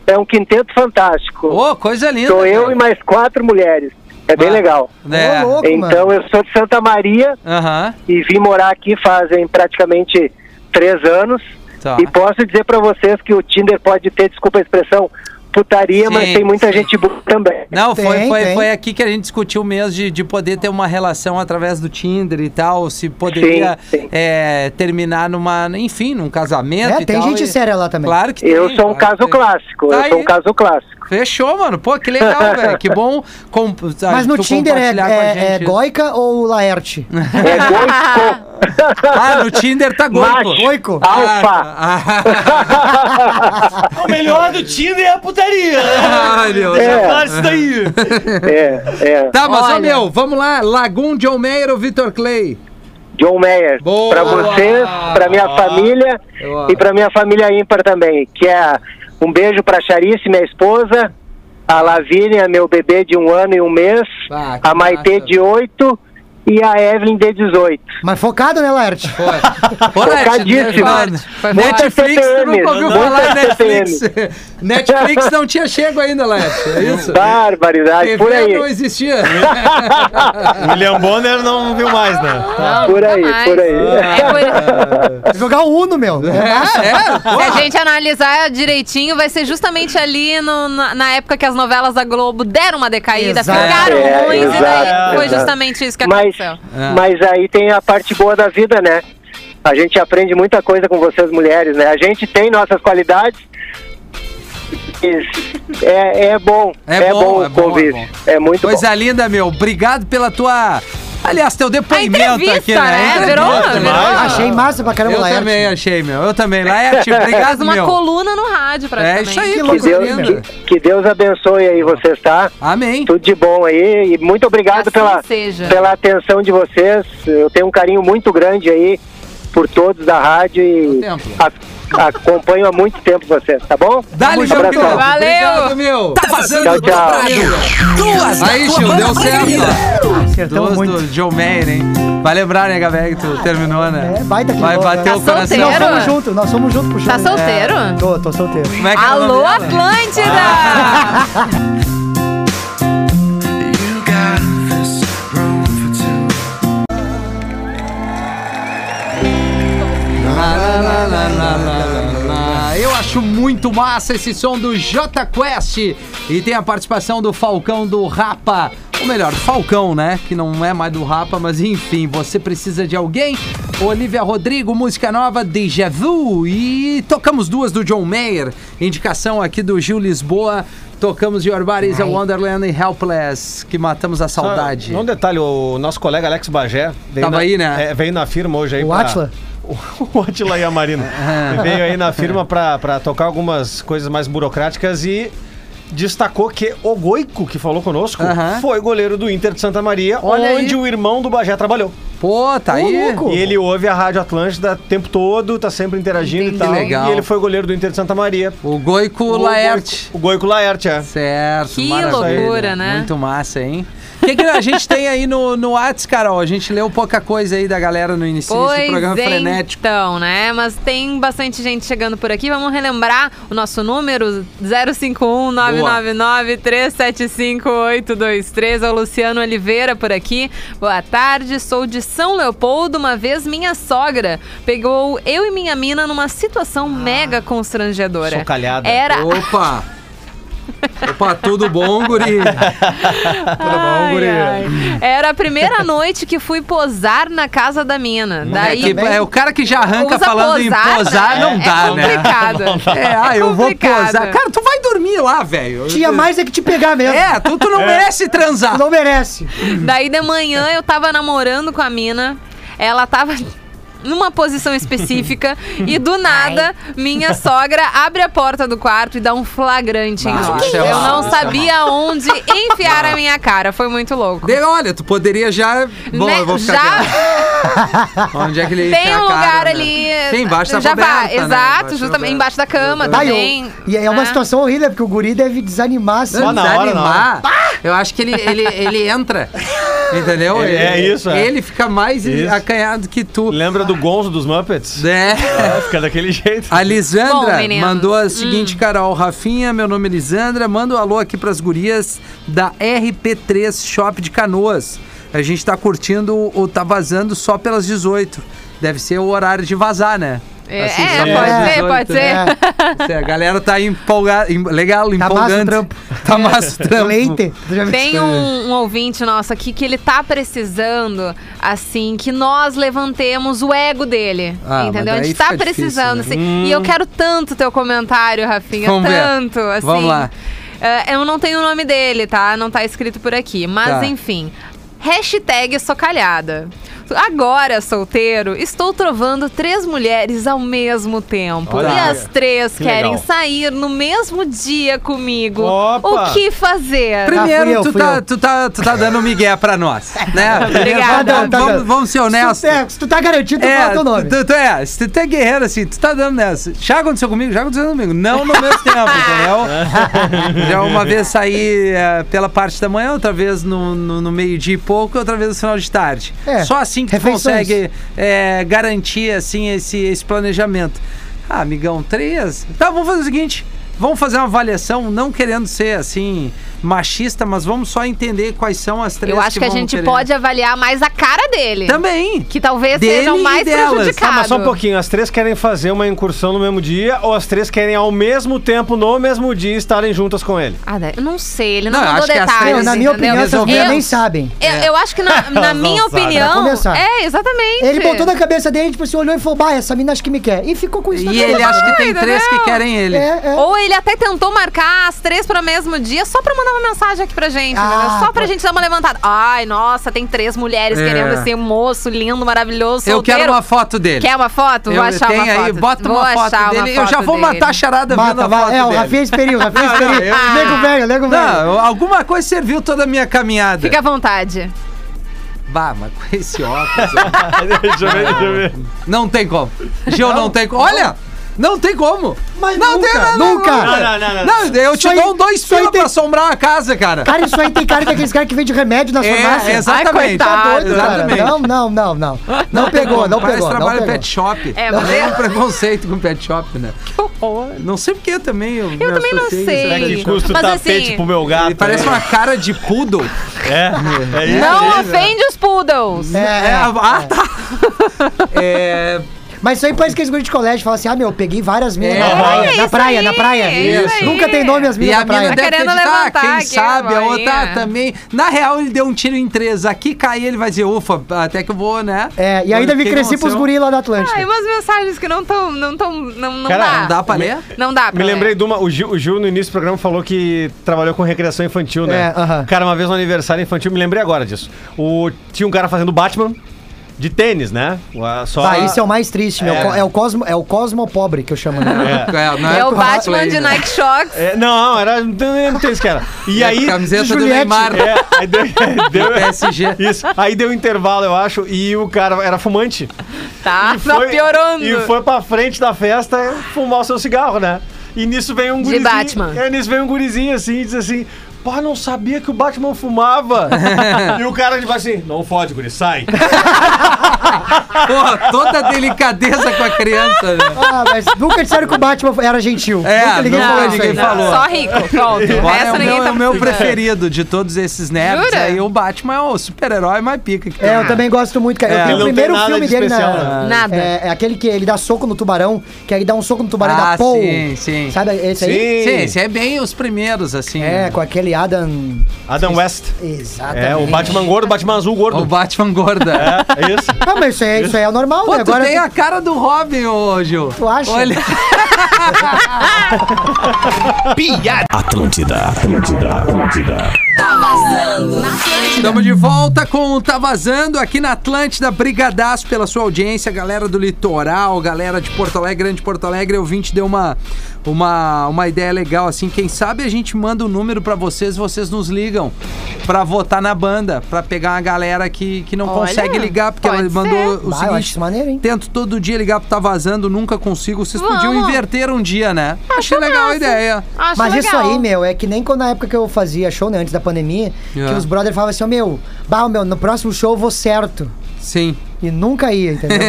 Speaker 8: é um quinteto fantástico.
Speaker 4: Ô, coisa linda.
Speaker 8: Sou eu
Speaker 4: cara.
Speaker 8: e mais quatro mulheres. É bem
Speaker 4: Ah.
Speaker 8: legal.
Speaker 4: É.
Speaker 5: Ô, louco, mano.
Speaker 8: Então eu sou de Santa Maria
Speaker 4: Aham.
Speaker 8: e vim morar aqui fazem praticamente três anos.
Speaker 4: Tá.
Speaker 8: E posso dizer pra vocês que o Tinder pode ter, desculpa a expressão, putaria, mas
Speaker 4: Sim,
Speaker 8: tem muita gente boa também.
Speaker 4: Não, foi,
Speaker 5: Tem,
Speaker 4: foi,
Speaker 5: tem.
Speaker 4: foi aqui que a gente discutiu mesmo de, de poder ter uma relação através do Tinder e tal, se poderia
Speaker 8: Sim, sim.
Speaker 4: é, terminar numa, enfim, num casamento
Speaker 5: É,
Speaker 4: e
Speaker 5: tem
Speaker 4: tal,
Speaker 5: gente
Speaker 4: e-
Speaker 5: séria lá também.
Speaker 4: Claro que
Speaker 8: Eu
Speaker 4: tem,
Speaker 8: sou
Speaker 4: claro
Speaker 8: um
Speaker 4: que
Speaker 8: caso
Speaker 4: tem.
Speaker 8: clássico,
Speaker 4: Tá
Speaker 8: eu sou um
Speaker 4: aí.
Speaker 8: caso clássico.
Speaker 4: Fechou, mano. Pô, que legal, velho. Que bom com, ah,
Speaker 5: Mas no
Speaker 4: tu
Speaker 5: Tinder é,
Speaker 4: tá, compartilhar com a
Speaker 5: é- é
Speaker 4: gente isso.
Speaker 5: Goica ou Laerte?
Speaker 8: É goico,
Speaker 4: Ah, no Tinder tá goico.
Speaker 8: Macho.
Speaker 5: Goico?
Speaker 8: alfa.
Speaker 4: Ah,
Speaker 9: É O melhor do Tinder é a putaria.
Speaker 4: ah, meu Deus.
Speaker 9: É. Claro, isso daí.
Speaker 8: É, é.
Speaker 4: Tá, mas, ó,
Speaker 3: Olha.
Speaker 4: meu, vamos lá. Lagum, John Mayer ou Vitor Clay?
Speaker 8: John Mayer,
Speaker 4: Boa! Ah!
Speaker 8: pra vocês, pra minha família
Speaker 4: Boa.
Speaker 8: e pra minha família ímpar também, que é um beijo pra Charice, minha esposa, a Lavínia, meu bebê de um ano e um mês,
Speaker 4: Ah, que
Speaker 8: a Maitê
Speaker 4: massa.
Speaker 8: de oito e a Evelyn de 18.
Speaker 5: Mas focado, né, Laerte?
Speaker 4: Pô, Pô,
Speaker 8: Focadíssimo.
Speaker 4: Laerte,
Speaker 3: Foi
Speaker 4: Netflix, tu
Speaker 8: CPM,
Speaker 4: nunca ouviu
Speaker 8: muita
Speaker 4: falar em
Speaker 8: CPM.
Speaker 4: Netflix. Netflix não tinha chego ainda, Laerte. É isso?
Speaker 8: Barbaridade,
Speaker 4: TV
Speaker 8: é por
Speaker 4: não
Speaker 8: aí,
Speaker 4: existia.
Speaker 6: William Bonner não viu mais, né?
Speaker 8: por aí,
Speaker 3: jamais.
Speaker 8: por aí.
Speaker 3: É por-
Speaker 5: Jogar o Uno, meu.
Speaker 4: É, é,
Speaker 3: Se a gente analisar direitinho, vai ser justamente ali no- na, na época que as novelas da Globo deram uma decaída,
Speaker 5: Exato.
Speaker 3: ficaram
Speaker 8: É,
Speaker 3: ruins, e daí
Speaker 8: exato,
Speaker 3: foi
Speaker 8: exato.
Speaker 3: justamente isso que
Speaker 8: Mas,
Speaker 3: aconteceu.
Speaker 4: Ah.
Speaker 8: mas aí tem a parte boa da vida, né? A gente aprende muita coisa com vocês mulheres, né? A gente tem nossas qualidades. Isso. É, é bom.
Speaker 4: É bom, é
Speaker 8: o
Speaker 4: bom, é
Speaker 8: convite.
Speaker 4: bom.
Speaker 8: É muito bom.
Speaker 4: Coisa linda, meu. Obrigado pela tua. Aliás, teu
Speaker 3: A
Speaker 4: depoimento
Speaker 3: entrevista,
Speaker 4: aqui,
Speaker 3: né?
Speaker 4: né?
Speaker 3: Virou-
Speaker 4: Entrevista,
Speaker 3: virou-
Speaker 4: né?
Speaker 5: Ah, Achei massa pra caramba,
Speaker 4: Eu
Speaker 5: Laerte.
Speaker 4: também achei, meu. Eu também. Laerte,
Speaker 3: Faz
Speaker 4: obrigado,
Speaker 3: uma
Speaker 4: meu.
Speaker 3: coluna no rádio pra
Speaker 4: É isso aí, que
Speaker 5: Que
Speaker 8: Que
Speaker 4: coisa
Speaker 8: Deus,
Speaker 4: linda.
Speaker 8: que, que Deus abençoe aí vocês, tá?
Speaker 4: Amém.
Speaker 8: Tudo de bom aí. E muito obrigado
Speaker 3: Assim
Speaker 8: pela,
Speaker 3: seja.
Speaker 8: pela atenção de vocês. Eu tenho um carinho muito grande aí por todos da rádio e
Speaker 4: templo.
Speaker 8: a- acompanho há muito tempo vocês, tá bom?
Speaker 4: Dá-lhe, meu
Speaker 8: Abração.
Speaker 4: querido.
Speaker 3: Valeu.
Speaker 4: Obrigado, meu.
Speaker 2: Tá vazando
Speaker 8: Tchau,
Speaker 2: do
Speaker 8: tchau.
Speaker 2: Brasil. Duas da
Speaker 4: Aí,
Speaker 2: tua
Speaker 4: Gil, deu
Speaker 2: banda preferida.
Speaker 4: certo.
Speaker 5: Acertamos
Speaker 4: Duas
Speaker 5: muito.
Speaker 4: do John Mayer, hein? Vai lembrar, né, Gabé, que tu terminou, né?
Speaker 5: É, baita que
Speaker 4: Vai
Speaker 5: louco,
Speaker 4: bater
Speaker 5: né?
Speaker 4: o
Speaker 3: Tá
Speaker 4: coração.
Speaker 5: Nós
Speaker 3: solteiro?
Speaker 5: somos juntos, nós somos juntos pro show.
Speaker 3: Tá solteiro?
Speaker 5: Tô, tô solteiro.
Speaker 4: Como é que é o nome
Speaker 3: Alô,
Speaker 4: dela? Ah,
Speaker 3: Atlântida!
Speaker 4: Ah, Eu acho muito massa esse som do J Quest e tem a participação do Falcão do Rapa. Ou melhor, do Falcão, né? Que não é mais do Rapa, mas enfim, você precisa de alguém. Olivia Rodrigo, música nova, Deja Vu. E tocamos duas do John Mayer, indicação aqui do Gil Lisboa. Tocamos Your Bodies a Wonderland e Helpless, que matamos a saudade.
Speaker 6: Só Um detalhe, o nosso colega Alex Bagé veio
Speaker 4: Tava
Speaker 6: na,
Speaker 4: aí, né?
Speaker 6: é, veio na firma hoje aí.
Speaker 5: O
Speaker 6: pra-
Speaker 5: Atila?
Speaker 6: O Atila e a Marina.
Speaker 4: Ah.
Speaker 6: veio aí na firma pra, pra tocar algumas coisas mais burocráticas e destacou que o Goico, que falou conosco,
Speaker 4: Aham.
Speaker 6: foi goleiro do Inter de Santa Maria,
Speaker 4: Olha aí.
Speaker 6: onde o irmão do Bagé trabalhou.
Speaker 4: Pô, tá aí.
Speaker 5: louco.
Speaker 6: E ele ouve a Rádio Atlântida o tempo todo, tá sempre interagindo
Speaker 4: Entendi.
Speaker 6: e tal.
Speaker 4: Que legal.
Speaker 6: E ele foi goleiro do Inter de Santa Maria.
Speaker 4: O Goico Laerte.
Speaker 6: O Goico Laerte, é.
Speaker 4: Certo,
Speaker 3: Que
Speaker 4: maravilha.
Speaker 3: loucura, né?
Speaker 4: Muito massa, hein? O que, que a gente tem aí no, no Whats, Carol? A gente leu pouca coisa aí da galera no início desse
Speaker 3: Pois
Speaker 4: programa
Speaker 3: é,
Speaker 4: frenético.
Speaker 3: então, né? Mas tem bastante gente chegando por aqui. Vamos relembrar o nosso número: 051-999-375-823. É o Luciano Oliveira por aqui. Boa tarde, sou de São Leopoldo. Uma vez minha sogra pegou eu e minha mina numa
Speaker 4: Ah,
Speaker 3: situação mega constrangedora.
Speaker 6: socalhada.
Speaker 3: Era
Speaker 4: Opa! Opa, tudo bom, guri? tá
Speaker 3: Ai, ai. Era a primeira noite que fui posar na casa da mina. Daí.
Speaker 4: É, que- é o cara que já arranca
Speaker 3: usa
Speaker 4: falando em
Speaker 3: posar,
Speaker 4: posar,
Speaker 3: né?
Speaker 4: não dá,
Speaker 3: é complicado.
Speaker 4: né? É, ah, eu vou
Speaker 3: Complicado.
Speaker 4: posar. Cara, tu vai dormir lá, velho.
Speaker 5: Tinha mais é que te pegar mesmo.
Speaker 4: É, tu, tu não merece transar.
Speaker 5: Não merece.
Speaker 3: Daí de manhã eu tava namorando com a mina, ela tava numa posição específica e do nada minha sogra abre a porta do quarto e dá um flagrante em
Speaker 4: Mas
Speaker 3: nós.
Speaker 4: isso é
Speaker 3: Eu
Speaker 4: mal, isso
Speaker 3: não
Speaker 4: é
Speaker 3: sabia onde enfiar a minha cara, foi muito louco.
Speaker 4: De- Olha, tu poderia já. Bom,
Speaker 3: Né?
Speaker 4: eu vou ficar
Speaker 3: Já
Speaker 4: quieto. Onde é que ele
Speaker 3: tem
Speaker 4: enfia
Speaker 3: um
Speaker 4: a
Speaker 3: lugar
Speaker 4: cara, né?
Speaker 3: ali.
Speaker 4: Tem embaixo da
Speaker 3: já
Speaker 4: coberta,
Speaker 3: vai,
Speaker 4: né?
Speaker 3: Exato,
Speaker 4: da
Speaker 3: justamente
Speaker 4: coberta.
Speaker 3: embaixo da cama
Speaker 5: Vai, eu-
Speaker 4: Tá,
Speaker 3: também.
Speaker 5: E é uma
Speaker 3: né?
Speaker 5: situação horrível, porque o guri deve desanimar. Assim.
Speaker 6: Só na hora, na
Speaker 4: desanimar, eu acho que ele, ele, ele entra. Entendeu?
Speaker 6: É, é isso, é.
Speaker 4: Ele fica mais
Speaker 6: Isso.
Speaker 4: acanhado que tu.
Speaker 6: Lembra do Gonzo dos Muppets?
Speaker 4: Né?
Speaker 6: É, fica daquele jeito.
Speaker 4: A Lisandra
Speaker 3: Bom, Hum. meninos.
Speaker 4: mandou a seguinte, Carol. Rafinha, meu nome é Lisandra. Manda um alô aqui pras gurias da RP3 Shop de Canoas. A gente tá curtindo o Tá Vazando só pelas 18. Deve ser o horário de vazar, né?
Speaker 3: É,
Speaker 4: Assim,
Speaker 3: é,
Speaker 4: só
Speaker 3: pode
Speaker 4: mais
Speaker 3: ser, pode
Speaker 4: 18,
Speaker 3: ser.
Speaker 4: né? É, a galera tá empolgada, em- legal,
Speaker 5: massa o
Speaker 4: empolgante.
Speaker 5: trampo.
Speaker 4: Tá massa o trampo.
Speaker 5: É, Leite. Tu já viu?
Speaker 3: Tem um, um ouvinte nosso aqui que ele tá precisando, assim, que nós levantemos o ego dele.
Speaker 4: Ah, mas
Speaker 3: entendeu? A
Speaker 4: daí
Speaker 3: gente tá
Speaker 4: fica difícil,
Speaker 3: precisando,
Speaker 4: né?
Speaker 3: assim. E eu quero tanto teu comentário, Rafinha.
Speaker 4: Vamos ver.
Speaker 3: tanto, assim.
Speaker 4: Vamos lá.
Speaker 3: É, eu não tenho o nome dele, tá? Não tá escrito por aqui. Mas,
Speaker 4: Tá.
Speaker 3: enfim. Hashtag socalhada. Agora, solteiro, estou trovando três mulheres ao mesmo tempo.
Speaker 6: Olha
Speaker 3: e
Speaker 6: aí.
Speaker 3: as três
Speaker 6: Que
Speaker 3: querem
Speaker 6: legal.
Speaker 3: sair no mesmo dia comigo.
Speaker 6: Opa!
Speaker 3: O que fazer?
Speaker 4: Primeiro,
Speaker 5: Ah, fui eu,
Speaker 4: tu,
Speaker 5: fui
Speaker 4: tá,
Speaker 5: eu.
Speaker 4: tu, tá, tu tá dando migué pra nós, né? Primeiro,
Speaker 3: Obrigada.
Speaker 4: vamos- Vamos, vamos ser
Speaker 5: Se tu,
Speaker 4: honestos.
Speaker 5: é, se tu tá garantido, tu fala
Speaker 4: É,
Speaker 5: teu nome.
Speaker 4: tu, tu é, se tu é guerreiro assim, tu tá dando nessa. Já aconteceu comigo, já aconteceu comigo. Não no mesmo tempo, entendeu? Já uma vez saí eh, pela parte da manhã, outra vez no, no- no meio-dia e pouco, outra vez no final de tarde.
Speaker 5: É,
Speaker 4: Só assim que tu
Speaker 5: refeições.
Speaker 4: consegue eh, garantir assim, esse, esse planejamento. Ah, amigão, três. Tá, vamos fazer o seguinte. Vamos fazer uma avaliação, não querendo ser assim machista, mas vamos só entender quais são as três.
Speaker 3: Eu acho que, a
Speaker 4: vão
Speaker 3: gente
Speaker 4: querer.
Speaker 3: pode avaliar mais a cara dele.
Speaker 4: Também.
Speaker 3: Que talvez
Speaker 4: Dele
Speaker 3: seja o
Speaker 4: e
Speaker 3: mais
Speaker 4: delas.
Speaker 6: Tá,
Speaker 3: prejudicado.
Speaker 6: mas só um pouquinho. As três querem fazer uma incursão no mesmo dia ou as três querem ao mesmo tempo, no mesmo dia, estarem juntas com ele?
Speaker 3: Ah, né, eu não sei, ele não,
Speaker 4: Não, eu
Speaker 3: mandou
Speaker 4: acho que as
Speaker 3: detalhes.
Speaker 4: três,
Speaker 5: Não, na minha
Speaker 3: entendeu?
Speaker 5: opinião, essas
Speaker 4: Resolveu.
Speaker 5: mulheres
Speaker 3: eu,
Speaker 5: nem sabem.
Speaker 3: eu- É, eu acho que na, na minha
Speaker 6: Não sabe.
Speaker 5: Pra
Speaker 3: opinião.
Speaker 5: começar.
Speaker 3: É, exatamente.
Speaker 5: Ele botou na cabeça dele, tipo assim, olhou e falou, bah, essa mina acho que me quer. E ficou com isso na
Speaker 4: E ele
Speaker 5: cabeça.
Speaker 4: acha que tem
Speaker 3: doido,
Speaker 4: três que
Speaker 3: não.
Speaker 4: querem ele.
Speaker 5: É, é.
Speaker 3: Ou ele até tentou marcar as três para o mesmo dia só pra mandar uma mensagem aqui pra gente,
Speaker 5: Ah,
Speaker 3: entendeu? Só pra
Speaker 5: pô.
Speaker 3: gente dar uma levantada. Ai, nossa, tem três mulheres
Speaker 4: É.
Speaker 3: querendo esse moço lindo, maravilhoso,
Speaker 4: Eu
Speaker 3: solteiro.
Speaker 4: quero uma foto dele.
Speaker 3: Quer uma foto?
Speaker 4: Eu
Speaker 3: vou achar
Speaker 4: tenho
Speaker 3: uma
Speaker 4: aí,
Speaker 3: foto.
Speaker 4: bota
Speaker 3: Vou
Speaker 4: uma foto
Speaker 3: achar uma
Speaker 4: dele. eu já
Speaker 3: foto
Speaker 4: vou matar a
Speaker 3: dele.
Speaker 4: charada vendo
Speaker 5: Mata,
Speaker 4: a
Speaker 5: vai.
Speaker 4: foto
Speaker 5: É, o
Speaker 4: dele.
Speaker 5: Rafinha esperiu, o Rafinha esperiu. Nego velho, nego velho.
Speaker 4: Não, alguma coisa serviu toda a minha caminhada.
Speaker 3: Fica à vontade.
Speaker 4: Bah, mas com esse óculos. não tem como. Gil, não, tem como. Olha! Não tem como!
Speaker 5: Mas
Speaker 4: não
Speaker 5: nunca,
Speaker 4: tem, não,
Speaker 5: nunca.
Speaker 4: Não, não, não, não. eu te
Speaker 5: Isso aí-
Speaker 4: dou dois
Speaker 5: isso aí
Speaker 4: pila
Speaker 5: tem-
Speaker 4: pra assombrar a casa, cara.
Speaker 5: Cara, isso aí tem cara que é aqueles caras que vende remédio na farmácia.
Speaker 4: é, exatamente.
Speaker 5: Tá
Speaker 3: coitado,
Speaker 5: doido, cara.
Speaker 4: exatamente.
Speaker 5: Não, não, não, não. Não pegou, não
Speaker 4: Parece
Speaker 5: pegou. Não
Speaker 4: trabalho em
Speaker 5: pegou.
Speaker 4: pet shop.
Speaker 3: É,
Speaker 4: não
Speaker 3: mas
Speaker 4: tem
Speaker 3: é-
Speaker 4: um preconceito com pet shop, né? Que horror. Não sei porque também. Eu,
Speaker 3: Eu também não
Speaker 6: É
Speaker 3: sei.
Speaker 6: que custa o
Speaker 3: Mas
Speaker 6: tapete
Speaker 3: assim,
Speaker 6: pro meu gato.
Speaker 4: Ele parece
Speaker 6: né?
Speaker 4: uma cara de poodle.
Speaker 6: É, é isso.
Speaker 3: Não ofende os poodles.
Speaker 5: É,
Speaker 4: É,
Speaker 5: é.
Speaker 4: ah, tá. É,
Speaker 5: Mas isso aí parece que eles guri de colégio falam assim: ah, meu, eu peguei várias minas
Speaker 4: É,
Speaker 5: na praia,
Speaker 3: é
Speaker 5: na
Speaker 3: isso
Speaker 5: praia,
Speaker 3: aí,
Speaker 5: na praia.
Speaker 3: é isso aí.
Speaker 5: Nunca tem nome as
Speaker 4: e
Speaker 5: minas
Speaker 4: a
Speaker 5: na praia.
Speaker 4: mina
Speaker 3: Tá
Speaker 4: deve
Speaker 3: querendo
Speaker 4: acreditar,
Speaker 3: levantar
Speaker 4: quem
Speaker 3: aqui,
Speaker 4: sabe a outra
Speaker 3: bolinha.
Speaker 4: também. Na real, ele deu um tiro em três. Aqui cair, ele vai dizer, ufa, até que eu vou, né?
Speaker 5: É, e ainda me
Speaker 4: Porque
Speaker 5: cresci pros
Speaker 4: aconteceu.
Speaker 5: guris lá da Atlântica.
Speaker 3: Ai, Ah, umas mensagens que não estão. Não, tão, não, não
Speaker 6: Cara,
Speaker 3: dá.
Speaker 4: Não dá pra ler?
Speaker 3: Não dá pra
Speaker 6: Me
Speaker 3: ler.
Speaker 6: lembrei de uma. O Gil, o Gil, no início do programa, falou que trabalhou com recreação infantil, né?
Speaker 5: É, aham.
Speaker 6: Cara, uma vez no aniversário infantil, me lembrei agora disso. O, tinha um cara fazendo Batman de tênis, né? Ué, Só
Speaker 4: Ah,
Speaker 5: Bah,
Speaker 4: um
Speaker 5: isso é o mais triste, meu. É, o, cosmo, é o Cosmo pobre que eu chamo. Né?
Speaker 4: É, não
Speaker 3: É o
Speaker 4: pro
Speaker 3: Batman
Speaker 4: Rapley,
Speaker 3: de
Speaker 4: né?
Speaker 3: Nike Shocks.
Speaker 6: É, não, era. Não lembro o tênis que era. E
Speaker 4: É,
Speaker 6: aí.
Speaker 4: Camiseta do
Speaker 5: Juliette.
Speaker 4: Neymar.
Speaker 6: É, aí deu, deu-
Speaker 4: PSG.
Speaker 6: Isso. Aí deu um intervalo, eu acho, e o cara era fumante.
Speaker 3: Tá,
Speaker 6: E
Speaker 3: tá piorando.
Speaker 6: E foi pra frente da festa fumar o seu cigarro, né? E nisso vem um gurizinho.
Speaker 3: Batman.
Speaker 6: É, nisso vem um gurizinho assim e diz assim. Pô, não sabia que o Batman fumava. e o cara tipo assim, não fode, guri, sai.
Speaker 4: Porra, toda a delicadeza com a criança, né?
Speaker 5: Ah, mas nunca disseram que o Batman era gentil.
Speaker 4: É,
Speaker 5: nunca ninguém
Speaker 4: não,
Speaker 5: falou isso
Speaker 4: ninguém
Speaker 5: aí.
Speaker 4: falou.
Speaker 3: Só rico, pronto. O
Speaker 4: Agora é
Speaker 3: resto
Speaker 4: o
Speaker 3: ninguém
Speaker 4: meu,
Speaker 3: tá
Speaker 4: é o meu
Speaker 3: precisando.
Speaker 4: preferido de todos esses nerds.
Speaker 3: Jura?
Speaker 4: Aí o Batman é o super-herói mais pica que
Speaker 5: É, eu também gosto muito, cara.
Speaker 4: É, ele não
Speaker 5: eu vi o
Speaker 6: Ah. tem
Speaker 5: primeiro
Speaker 6: nada
Speaker 5: filme
Speaker 6: de
Speaker 5: dele
Speaker 6: especial,
Speaker 5: na.
Speaker 6: né?
Speaker 3: Nada.
Speaker 5: É, é aquele que ele dá soco no tubarão, que aí dá um soco no tubarão e
Speaker 4: Ah,
Speaker 5: dá pô.
Speaker 4: sim, sim.
Speaker 5: Sabe esse aí?
Speaker 4: Sim,
Speaker 6: Sim.
Speaker 4: esse é bem os primeiros, assim.
Speaker 5: É, com aquele Adam.
Speaker 6: Adam West.
Speaker 5: Exatamente.
Speaker 6: É, o Batman gordo, o Batman azul gordo.
Speaker 4: O Batman gorda.
Speaker 6: É, é isso.
Speaker 5: Não, mas isso aí, isso aí é o normal,
Speaker 4: Pô,
Speaker 5: né?
Speaker 4: tu
Speaker 5: Agora.
Speaker 4: tem a cara do Robin, ô Gil.
Speaker 5: Tu acha?
Speaker 4: Olha.
Speaker 1: Atlântida, Atlântida, Atlântida.
Speaker 4: Estamos de volta com o Tá Vazando aqui na Atlântida. Brigadaço pela sua audiência, galera do litoral, galera de Porto Alegre, Grande Porto Alegre. Eu vim te deu uma, uma, uma ideia legal, assim. Quem sabe a gente manda o número pra vocês, vocês nos ligam pra votar na banda, pra pegar uma galera que, que não
Speaker 3: Olha,
Speaker 4: consegue ligar, porque ela
Speaker 3: pode
Speaker 4: mandou o
Speaker 5: Bah, eu acho
Speaker 4: seguinte.
Speaker 5: isso maneiro, hein?
Speaker 4: Tento todo dia ligar pro Tá Vazando, nunca consigo. Vocês podiam
Speaker 3: Vamos.
Speaker 4: inverter um dia, né? Achei legal a
Speaker 3: massa.
Speaker 4: ideia.
Speaker 3: Acho
Speaker 5: Mas
Speaker 3: legal.
Speaker 5: isso aí, meu, é que nem quando na época que eu fazia show, né, antes da pandemia,
Speaker 4: Yeah.
Speaker 5: que os brothers falavam assim, ô meu, bah, meu, no próximo show eu vou certo.
Speaker 4: Sim.
Speaker 5: E nunca ia, entendeu?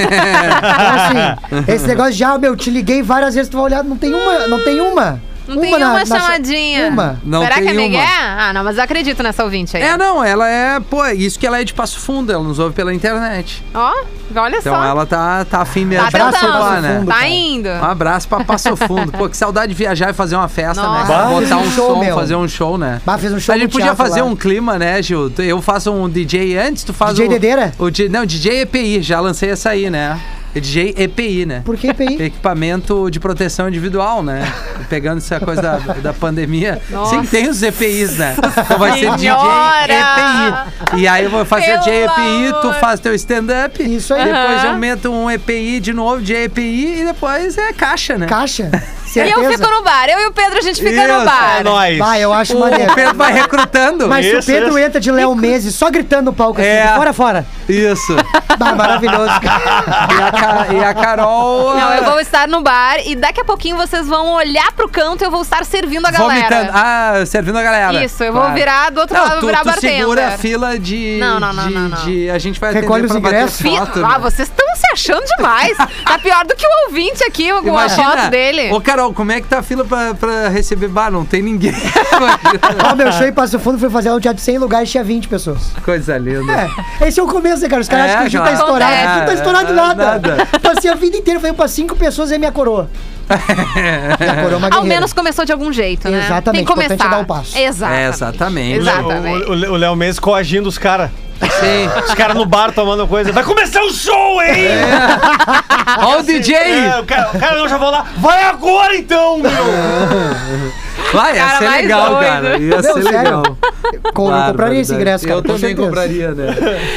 Speaker 5: "Ah, então, assim, esse negócio já, meu, te liguei várias vezes, tu vai olhar, não tem uma, não tem uma.
Speaker 3: Não tem
Speaker 5: na-
Speaker 3: uma
Speaker 5: na-
Speaker 3: chamadinha.
Speaker 5: Uma.
Speaker 4: Não
Speaker 3: Será que é
Speaker 4: tem uma.
Speaker 3: Miguel? Ah, não, mas eu acredito nessa ouvinte aí.
Speaker 4: É, não, ela é. Pô, isso que ela é de Passo Fundo, ela nos ouve pela internet.
Speaker 3: Ó, olha
Speaker 4: Então
Speaker 3: só.
Speaker 4: ela tá, tá afim
Speaker 3: tá
Speaker 4: mesmo de
Speaker 5: abraço
Speaker 3: tentando.
Speaker 5: pra
Speaker 4: participar, né?
Speaker 5: Fundo,
Speaker 3: tá
Speaker 5: cara.
Speaker 3: indo.
Speaker 4: Um abraço pra Passo Fundo. Pô, que saudade de viajar e fazer uma festa, né?
Speaker 3: Nossa.
Speaker 4: cara?
Speaker 5: Bah, fiz
Speaker 4: Botar
Speaker 5: um
Speaker 4: um
Speaker 5: show,
Speaker 4: som,
Speaker 5: meu.
Speaker 4: fazer um show, né?
Speaker 5: Bah, fiz um show
Speaker 4: A gente
Speaker 5: no
Speaker 4: podia
Speaker 5: teatro
Speaker 4: fazer
Speaker 5: lá.
Speaker 4: um clima, né, Gil? Tu- Eu faço um DJ antes, tu faz
Speaker 5: DJ
Speaker 4: o...
Speaker 5: Dedeira?
Speaker 4: O di- Não, DJ EPI, já lancei essa aí, né? É DJ EPI, né?
Speaker 5: Por que EPI?
Speaker 4: Equipamento de proteção individual, né? Pegando essa coisa da, da pandemia.
Speaker 3: Nossa.
Speaker 4: Sim, tem os EPIs, né? Então vai ser DJ
Speaker 3: Senhora!
Speaker 4: EPI. E aí eu vou fazer
Speaker 3: Pelo
Speaker 4: DJ EPI, tu
Speaker 3: amor.
Speaker 4: faz teu stand-up.
Speaker 5: Isso aí.
Speaker 4: Depois
Speaker 3: Aham.
Speaker 4: eu meto um EPI de novo, de EPI, e depois é caixa, né?
Speaker 5: Caixa?
Speaker 3: E eu fico no bar. Eu e o Pedro, a gente fica no
Speaker 4: Isso,
Speaker 3: bar.
Speaker 6: É nóis.
Speaker 5: Vai, eu acho maneiro.
Speaker 4: O Pedro vai recrutando.
Speaker 5: Mas se o
Speaker 6: Isso,
Speaker 5: Pedro
Speaker 6: isso.
Speaker 5: entra de Léo Meses só gritando no palco assim,
Speaker 4: É.
Speaker 5: fora, fora.
Speaker 4: Isso.
Speaker 5: Bah, maravilhoso, cara.
Speaker 4: E a, Ca- e a Carol.
Speaker 3: Não,
Speaker 4: ah,
Speaker 3: eu vou estar no bar e daqui a pouquinho vocês vão olhar pro canto e eu vou estar servindo a
Speaker 4: Vomitando.
Speaker 3: galera.
Speaker 4: Ah, servindo a galera.
Speaker 3: Isso, eu vou virar do outro lado,
Speaker 4: Não, tu,
Speaker 3: virar
Speaker 4: tu
Speaker 3: bartender.
Speaker 4: segura a fila de.
Speaker 3: Não, não, não,
Speaker 4: de,
Speaker 3: não, não.
Speaker 4: de- a gente vai atender
Speaker 5: Recolhe os
Speaker 4: pra bater
Speaker 5: ingressos.
Speaker 3: Fi-
Speaker 4: foto,
Speaker 3: ah,
Speaker 4: né?
Speaker 3: vocês estão se achando demais. tá pior do que o ouvinte aqui com
Speaker 4: Imagina.
Speaker 3: a foto dele.
Speaker 4: Ô, Carol, como é que tá a fila pra, pra receber bar? Não tem ninguém.
Speaker 5: Ó, meu show em Passo Fundo foi fazer lá um teatro de 100 lugares, tinha 20 pessoas.
Speaker 4: Coisa linda.
Speaker 5: É, esse é o começo, né, cara? Os caras
Speaker 4: É,
Speaker 5: acham que o Gil tá
Speaker 4: cara.
Speaker 5: estourado.
Speaker 3: Acontece.
Speaker 5: Não tá estourado
Speaker 4: É,
Speaker 5: nada.
Speaker 4: nada.
Speaker 5: Passei a vida inteira, falei pra cinco pessoas e é minha coroa. minha coroa é uma
Speaker 3: Ao
Speaker 5: guerreira.
Speaker 3: menos começou de algum jeito, né? Tem
Speaker 5: Exatamente,
Speaker 3: que
Speaker 5: importante é
Speaker 3: começar.
Speaker 5: dar o passo.
Speaker 3: Exatamente.
Speaker 4: É, exatamente.
Speaker 3: Exatamente.
Speaker 6: O- O o Léo Mendes coagindo os caras.
Speaker 5: É,
Speaker 4: Sim.
Speaker 6: Os caras no bar tomando coisa. Vai começar o show, hein?
Speaker 4: Ó, o DJ.
Speaker 6: É, o cara, o cara não já vou lá. Vai agora então, meu!
Speaker 4: Vai, ia
Speaker 3: Cara
Speaker 4: ser
Speaker 3: mais
Speaker 4: legal,
Speaker 3: doido.
Speaker 4: cara. Ia ser
Speaker 5: sério.
Speaker 4: legal.
Speaker 5: Com- eu compraria esse ingresso, cara.
Speaker 4: Eu
Speaker 5: com
Speaker 4: também
Speaker 5: certeza.
Speaker 4: compraria, né?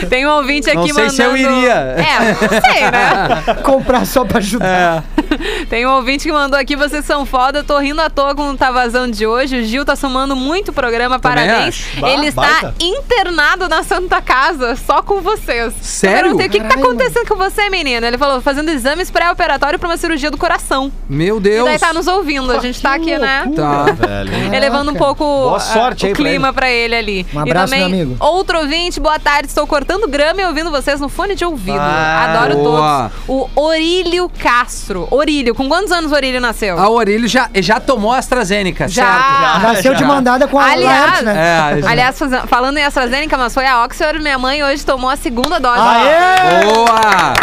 Speaker 3: Tem um ouvinte aqui
Speaker 4: Não sei
Speaker 3: mandando.
Speaker 4: se eu iria.
Speaker 3: É, não sei, né?
Speaker 5: Comprar só pra ajudar.
Speaker 4: É.
Speaker 3: Tem um ouvinte que mandou aqui, vocês são foda, tô rindo à toa com o Tá Vazando de hoje. O Gil tá somando muito programa,
Speaker 4: Também
Speaker 3: parabéns.
Speaker 4: acho.
Speaker 6: Bah,
Speaker 3: Ele está
Speaker 6: baita.
Speaker 3: internado na Santa Casa, só com vocês.
Speaker 4: Sério?
Speaker 3: Eu perguntei, o que, que tá
Speaker 5: Caralho,
Speaker 3: acontecendo com você, menina? Ele falou, fazendo exames pré-operatório pra uma cirurgia do coração.
Speaker 4: Meu
Speaker 3: E
Speaker 4: Deus.
Speaker 3: daí tá nos ouvindo, a gente tá aqui, né?
Speaker 4: Tá.
Speaker 6: Velho.
Speaker 3: Elevando um pouco ah,
Speaker 6: sorte
Speaker 3: o
Speaker 6: aí pra
Speaker 3: clima pra ele. ali.
Speaker 5: Um abraço,
Speaker 3: e também,
Speaker 5: meu amigo.
Speaker 3: outro ouvinte, boa tarde. Estou cortando grama e ouvindo vocês no fone de ouvido.
Speaker 4: Ah,
Speaker 3: Adoro
Speaker 4: boa.
Speaker 3: todos. O Orílio Castro. Orílio, com quantos anos o Orílio nasceu?
Speaker 4: A Orelha já, já tomou AstraZeneca, Ah, certo?
Speaker 3: Já.
Speaker 5: Nasceu de mandada com a
Speaker 3: Aliás,
Speaker 5: Laerte, né?
Speaker 4: Ah, É, já.
Speaker 3: aliás, faze- falando em AstraZeneca, mas foi a Oxford, minha mãe hoje tomou a segunda dose.
Speaker 4: Ah, Boa!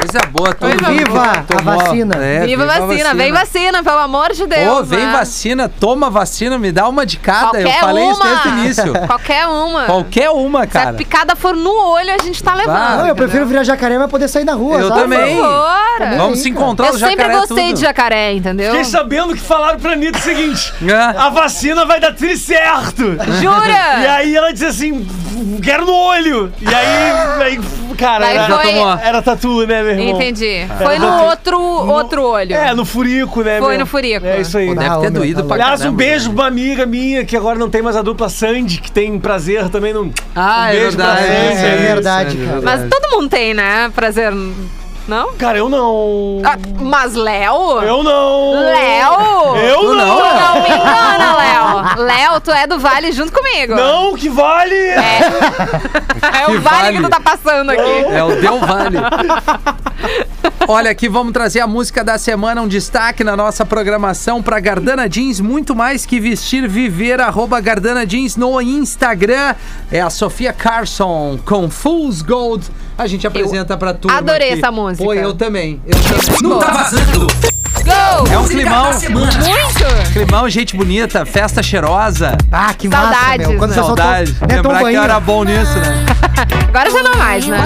Speaker 4: Coisa boa, todo
Speaker 3: Coisa
Speaker 4: mundo
Speaker 5: boa. Viva
Speaker 4: tomou.
Speaker 5: a vacina.
Speaker 4: É,
Speaker 3: Viva, vacina, vem vacina, pelo amor de Deus.
Speaker 4: Ô, vem
Speaker 3: né?
Speaker 4: vacina, toma vacina, me dá uma de cada.
Speaker 3: Qualquer
Speaker 4: Eu falei
Speaker 3: uma.
Speaker 4: isso desde o início.
Speaker 3: Qualquer uma.
Speaker 4: Qualquer uma,
Speaker 3: Se a
Speaker 4: cara.
Speaker 3: picada for no olho, a gente tá levando.
Speaker 5: Não, eu prefiro virar jacaré, mas poder sair na rua,
Speaker 4: Eu
Speaker 5: sabe?
Speaker 4: também.
Speaker 3: Bora.
Speaker 4: Vamos
Speaker 5: aí,
Speaker 4: se
Speaker 5: cara.
Speaker 4: encontrar
Speaker 3: Eu
Speaker 4: no
Speaker 3: sempre
Speaker 4: jacaré é
Speaker 3: gostei
Speaker 4: tudo.
Speaker 3: de jacaré, entendeu?
Speaker 9: Fiquei sabendo que falaram pra Anitta o seguinte:
Speaker 4: Ah.
Speaker 9: a vacina vai dar tri certo. E
Speaker 3: Jura?
Speaker 9: aí ela disse assim: quero no olho. E aí, aí cara,
Speaker 3: Daí
Speaker 9: era,
Speaker 3: foi-
Speaker 9: era tatu, né, meu irmão?
Speaker 3: Entendi. Foi no outro, outro olho.
Speaker 9: É, no furico, né?
Speaker 3: Foi
Speaker 9: meu?
Speaker 3: no furico.
Speaker 9: É isso aí.
Speaker 4: Pô, Deve
Speaker 5: Ah, ô,
Speaker 4: ter
Speaker 5: meu,
Speaker 4: doído
Speaker 5: tá
Speaker 4: pra
Speaker 9: Aliás, um
Speaker 4: caramba. né?
Speaker 9: beijo pra uma amiga minha, que agora não tem mais a dupla Sandy, que tem prazer também no.
Speaker 4: Ah, é
Speaker 9: beijo pra
Speaker 4: verdade.
Speaker 9: vocês,
Speaker 5: É,
Speaker 9: é isso,
Speaker 5: verdade,
Speaker 4: é
Speaker 5: cara.
Speaker 3: Mas todo mundo tem, né? Prazer. Não?
Speaker 9: Cara, eu não.
Speaker 3: Ah, mas Léo?
Speaker 9: Eu não.
Speaker 3: Léo?
Speaker 9: Eu não.
Speaker 4: Tu não,
Speaker 3: Tu
Speaker 9: Não,
Speaker 3: não me engana, Léo. Léo, tu é do Vale junto comigo.
Speaker 9: que vale.
Speaker 3: É o
Speaker 4: Que
Speaker 3: vale, que
Speaker 4: vale.
Speaker 3: tu tá passando aqui.
Speaker 4: É o Del Vale. Olha, aqui vamos trazer a música da semana, um destaque na nossa programação para Gardana Jeans, muito mais que vestir, viver, arroba Gardana Jeans no Instagram. É a Sofia Carson com Fool's Gold. A gente apresenta pra turma.
Speaker 3: adorei
Speaker 4: aqui.
Speaker 3: essa música.
Speaker 4: Pô, eu também. Eu também. Não tá vazando.
Speaker 3: Go!
Speaker 4: É um climão,
Speaker 3: Muito!
Speaker 4: climão, gente bonita, festa cheirosa.
Speaker 5: Ah, que
Speaker 3: Saudades,
Speaker 5: massa, meu. Quando
Speaker 3: né?
Speaker 5: você soltou...
Speaker 4: Saudade.
Speaker 5: Né, Tom
Speaker 4: Lembrar que eu
Speaker 5: Bahia?
Speaker 4: era bom nisso, né?
Speaker 3: Agora já não mais, né?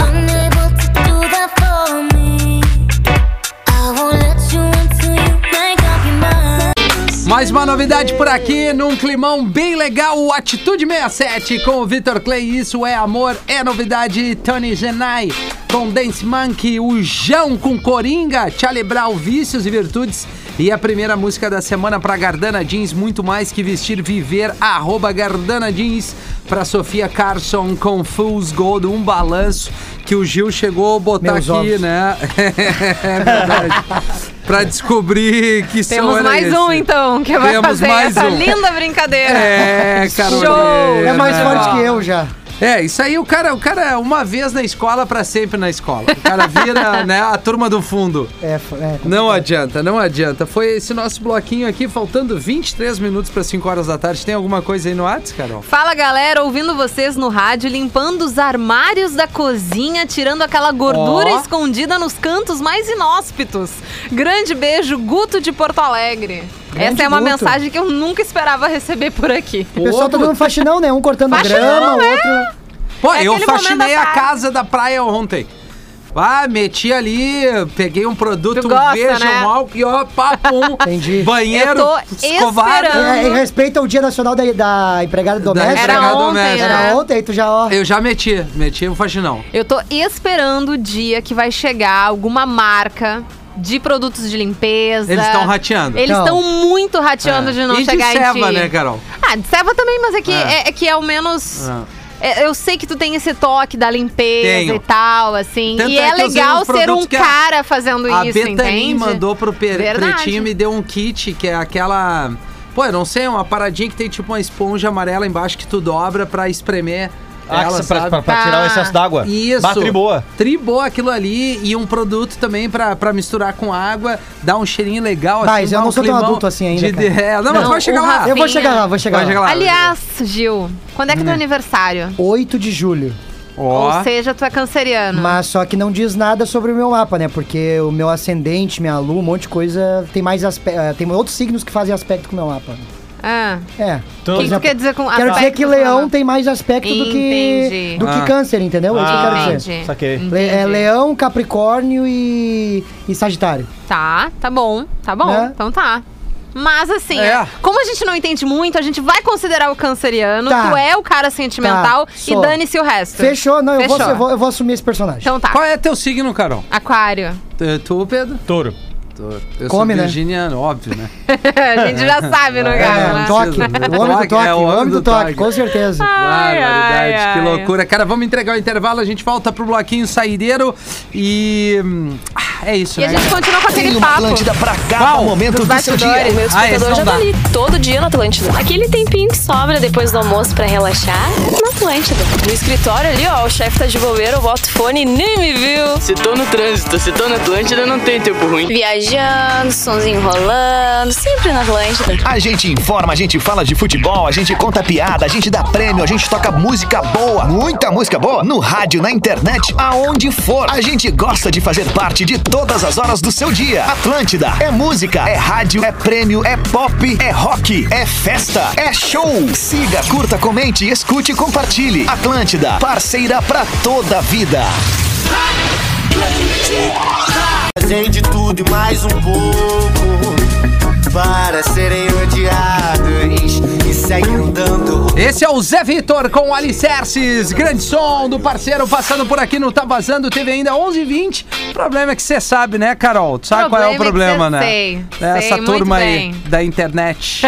Speaker 4: Mais uma novidade por aqui, num climão bem legal, o Atitude 67 com o Vitor Clay, isso é amor, é novidade, Tony Genai com Dance Monkey, o Jão com Coringa, Charlie Brown, Vícios e Virtudes e a primeira música da semana pra Gardana Jeans, muito mais que vestir, viver, arroba Gardana Jeans, pra Sofia Carson com Fool's Gold, um balanço que o Gil chegou a botar
Speaker 5: Meus
Speaker 4: aqui,
Speaker 5: ovos.
Speaker 4: né? é verdade. Pra descobrir que som
Speaker 3: Temos
Speaker 4: era
Speaker 3: mais
Speaker 4: esse.
Speaker 3: um, então, que vai
Speaker 4: Temos
Speaker 3: fazer
Speaker 4: mais
Speaker 3: essa
Speaker 4: um.
Speaker 3: linda brincadeira.
Speaker 4: É, Carolina.
Speaker 3: Show!
Speaker 5: É mais
Speaker 4: né?
Speaker 5: forte que eu já.
Speaker 4: É, isso aí o cara, o cara é uma vez na escola pra sempre na escola. O cara vira, né, a turma do fundo.
Speaker 5: É, f- é,
Speaker 4: Não adianta, não adianta. Foi esse nosso bloquinho aqui, faltando 23 minutos para 5 horas da tarde. Tem alguma coisa aí no Whats, Carol?
Speaker 3: Fala galera, ouvindo vocês no rádio, limpando os armários da cozinha, tirando aquela gordura
Speaker 4: Ó.
Speaker 3: escondida nos cantos mais inóspitos. Grande beijo, Guto de Porto Alegre.
Speaker 5: Grande
Speaker 3: Essa é uma
Speaker 5: Guto.
Speaker 3: mensagem que eu nunca esperava receber por aqui.
Speaker 5: O pessoal tá dando faxinão, né? Um cortando
Speaker 3: Faxinão,
Speaker 5: grama,
Speaker 3: né?
Speaker 5: outro.
Speaker 4: Pô,
Speaker 3: É
Speaker 4: eu
Speaker 3: aquele momento
Speaker 4: faxinei
Speaker 3: da
Speaker 4: a
Speaker 3: tarde.
Speaker 4: casa da praia ontem. Ah, meti ali, peguei um produto,
Speaker 3: Tu gosta,
Speaker 4: um beijo,
Speaker 3: né?
Speaker 4: um álcool e ó, papum.
Speaker 5: Entendi.
Speaker 4: Banheiro,
Speaker 3: Eu tô
Speaker 4: escovado.
Speaker 3: esperando.
Speaker 5: É, e respeita o Dia Nacional da, da Empregada Doméstica.
Speaker 3: Era
Speaker 4: empregada
Speaker 3: ontem,
Speaker 4: doméstica.
Speaker 3: né?
Speaker 5: Era ontem, aí tu já, ó.
Speaker 4: Eu já meti, meti o faxinão.
Speaker 3: Eu tô esperando o dia que vai chegar alguma marca de produtos de limpeza.
Speaker 4: Eles estão rateando.
Speaker 3: Eles
Speaker 5: Não.
Speaker 3: estão muito rateando de não
Speaker 4: É. e
Speaker 3: chegar
Speaker 4: de
Speaker 3: em
Speaker 4: ceva,
Speaker 3: ti.
Speaker 4: né, Carol?
Speaker 3: Ah, de ceva também, mas é que
Speaker 4: É.
Speaker 3: é, é que é o menos.
Speaker 4: É.
Speaker 3: é, eu sei que tu tem esse toque da limpeza
Speaker 4: Tenho.
Speaker 3: e tal, assim.
Speaker 4: Tanto
Speaker 3: e
Speaker 4: é
Speaker 3: é
Speaker 4: que eu usei
Speaker 3: legal
Speaker 4: uns
Speaker 3: ser um
Speaker 4: produtos que a-
Speaker 3: cara fazendo
Speaker 4: A
Speaker 3: isso,
Speaker 4: Betani
Speaker 3: entende?
Speaker 4: mandou pro per-
Speaker 3: Verdade.
Speaker 4: Pretinho e me deu um kit, que é aquela. Pô, eu não sei, é uma paradinha que tem tipo uma esponja amarela embaixo que tu dobra pra espremer.
Speaker 6: Ah,
Speaker 4: ela,
Speaker 6: que pra,
Speaker 4: sabe?
Speaker 6: pra- pra tirar o
Speaker 3: Ah.
Speaker 6: excesso d'água.
Speaker 4: Isso.
Speaker 6: Batri boa.
Speaker 4: Tribou aquilo ali e um produto também pra, pra misturar com água, dar um cheirinho legal.
Speaker 5: Vai, eu
Speaker 4: dá
Speaker 5: não
Speaker 4: um
Speaker 5: sou tão
Speaker 4: climão
Speaker 5: adulto assim ainda,
Speaker 4: de-
Speaker 5: cara.
Speaker 4: É, não, mas
Speaker 3: Não,
Speaker 4: vai chegar
Speaker 3: o
Speaker 4: lá.
Speaker 3: Rafa-
Speaker 5: Eu vou chegar lá, vou chegar
Speaker 4: Vai
Speaker 5: lá.
Speaker 4: chegar lá.
Speaker 3: Aliás,
Speaker 4: né?
Speaker 3: Gil, quando é que é teu aniversário?
Speaker 5: 8 de julho.
Speaker 4: Hum. Ó,
Speaker 3: Ou seja, tu é canceriano.
Speaker 5: Mas só que não diz nada sobre o meu mapa, né? Porque o meu ascendente, minha lua, um monte de coisa. Tem mais aspe- eh, Tem outros signos que fazem aspecto com o meu mapa.
Speaker 3: Ah,
Speaker 5: É.
Speaker 3: o
Speaker 6: Então,
Speaker 3: que que tu quer dizer com
Speaker 5: Quero dizer
Speaker 3: aspecto
Speaker 5: que
Speaker 3: do
Speaker 5: leão
Speaker 3: mapa?
Speaker 5: tem mais aspecto do que,
Speaker 3: Entendi.
Speaker 5: do que
Speaker 4: Ah.
Speaker 5: câncer, entendeu? É isso que eu quero dizer.
Speaker 3: Entendi.
Speaker 6: Saquei.
Speaker 3: Entendi.
Speaker 5: Le- é leão, capricórnio e, e sagitário.
Speaker 3: Tá, tá bom, tá bom,
Speaker 5: Né?
Speaker 3: então tá. Mas assim,
Speaker 4: É.
Speaker 3: é, como a gente não entende muito, a gente vai considerar o canceriano,
Speaker 5: Tá.
Speaker 3: tu é o cara sentimental
Speaker 5: Tá,
Speaker 3: e
Speaker 5: sou.
Speaker 3: dane-se o resto.
Speaker 5: Fechou? Não, eu vou,
Speaker 3: Fechou.
Speaker 5: eu, vou, eu vou assumir esse personagem.
Speaker 3: Então tá.
Speaker 4: Qual é teu signo, Carol?
Speaker 3: Aquário.
Speaker 4: Tu- Tu, Pedro?
Speaker 6: touro.
Speaker 4: Eu
Speaker 5: Come,
Speaker 4: sou
Speaker 5: né?
Speaker 4: virginiano, óbvio, né?
Speaker 3: a gente já sabe, no
Speaker 5: é,
Speaker 3: caso,
Speaker 5: um
Speaker 3: né?
Speaker 5: toque. O homem do
Speaker 4: Toque,
Speaker 5: toque,
Speaker 4: é,
Speaker 5: o homem do toque, com certeza.
Speaker 3: Ai,
Speaker 4: Barbaridade,
Speaker 3: ai,
Speaker 4: que
Speaker 3: ai.
Speaker 4: loucura. Cara, vamos entregar o intervalo, a gente volta pro bloquinho saideiro e. hum, ah, É isso,
Speaker 3: E a
Speaker 4: né?
Speaker 3: gente continua com
Speaker 2: Tem
Speaker 3: aquele
Speaker 2: uma
Speaker 3: papo.
Speaker 2: Atlântida pra cada
Speaker 4: Uau,
Speaker 2: momento
Speaker 3: dos
Speaker 2: do seu dia.
Speaker 10: Meu
Speaker 4: Ah, esse
Speaker 10: despertador
Speaker 4: não
Speaker 10: já tá
Speaker 4: dá.
Speaker 10: ali todo dia na Atlântida. Aquele tempinho que sobra depois do almoço pra relaxar, na Atlântida. No escritório ali, ó, o chefe tá de bobeira, eu boto fone e nem me viu.
Speaker 11: Se tô no trânsito, se tô na Atlântida, não tem tempo ruim.
Speaker 10: Viajando, sonzinho rolando, sempre na Atlântida.
Speaker 2: A gente informa, a gente fala de futebol, a gente conta piada, a gente dá prêmio, a gente toca música boa, muita música boa, no rádio, na internet, aonde for. A gente gosta de fazer parte de todas as horas do seu dia. Atlântida é música, é rádio, é prêmio, é pop, é rock, é festa, é show. Siga, curta, comente, escute e compartilhe. Atlântida, parceira pra toda a vida.
Speaker 7: Fazem de tudo e mais um pouco para serem odiados e um seguem dando
Speaker 4: Esse é o Zé Vitor com o Alicerces, grande som do parceiro passando por aqui, não tá vazando, teve ainda 11h20. O problema é que você sabe, né, Carol? Tu sabe qual é o
Speaker 3: Problema
Speaker 4: problema,
Speaker 3: é que
Speaker 4: né?
Speaker 3: cê sei,
Speaker 4: Essa
Speaker 3: sei muito
Speaker 4: turma aí
Speaker 3: bem.
Speaker 4: da internet.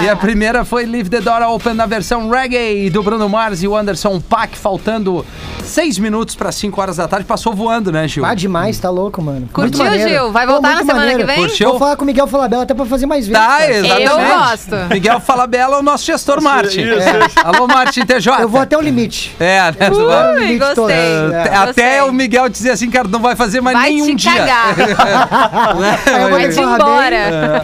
Speaker 4: e a primeira foi Leave the Door Open na versão reggae do Bruno Mars e o Anderson Paak, faltando 6 minutos para 5 horas da tarde. Passou voando, né, Gil?
Speaker 5: Ah, demais, tá louco, mano. Muito
Speaker 3: Curtiu,
Speaker 5: maneiro.
Speaker 3: Gil? Vai
Speaker 5: Pô,
Speaker 3: voltar
Speaker 5: muito
Speaker 3: na semana que
Speaker 5: maneiro.
Speaker 3: vem?
Speaker 4: Curtiu?
Speaker 5: Vou falar com o Miguel Falabella até pra fazer mais vezes.
Speaker 4: Tá,
Speaker 5: cara.
Speaker 4: exatamente.
Speaker 3: Eu gosto.
Speaker 4: Miguel Falabella é o nosso gestor Martin. É.
Speaker 6: isso,
Speaker 4: Alô, Martin TJ.
Speaker 5: Eu vou até o limite.
Speaker 4: É, né? tu vai-
Speaker 3: Ui,
Speaker 5: Limite todo.
Speaker 3: gostei.
Speaker 5: É,
Speaker 4: Até
Speaker 3: Gostei.
Speaker 4: o Miguel dizer assim, cara, não vai fazer mais
Speaker 3: Vai
Speaker 4: nenhum
Speaker 3: te
Speaker 4: dia.
Speaker 3: cagar.
Speaker 4: Né?
Speaker 5: eu vou
Speaker 3: Vai te
Speaker 5: Parabéns.
Speaker 3: embora.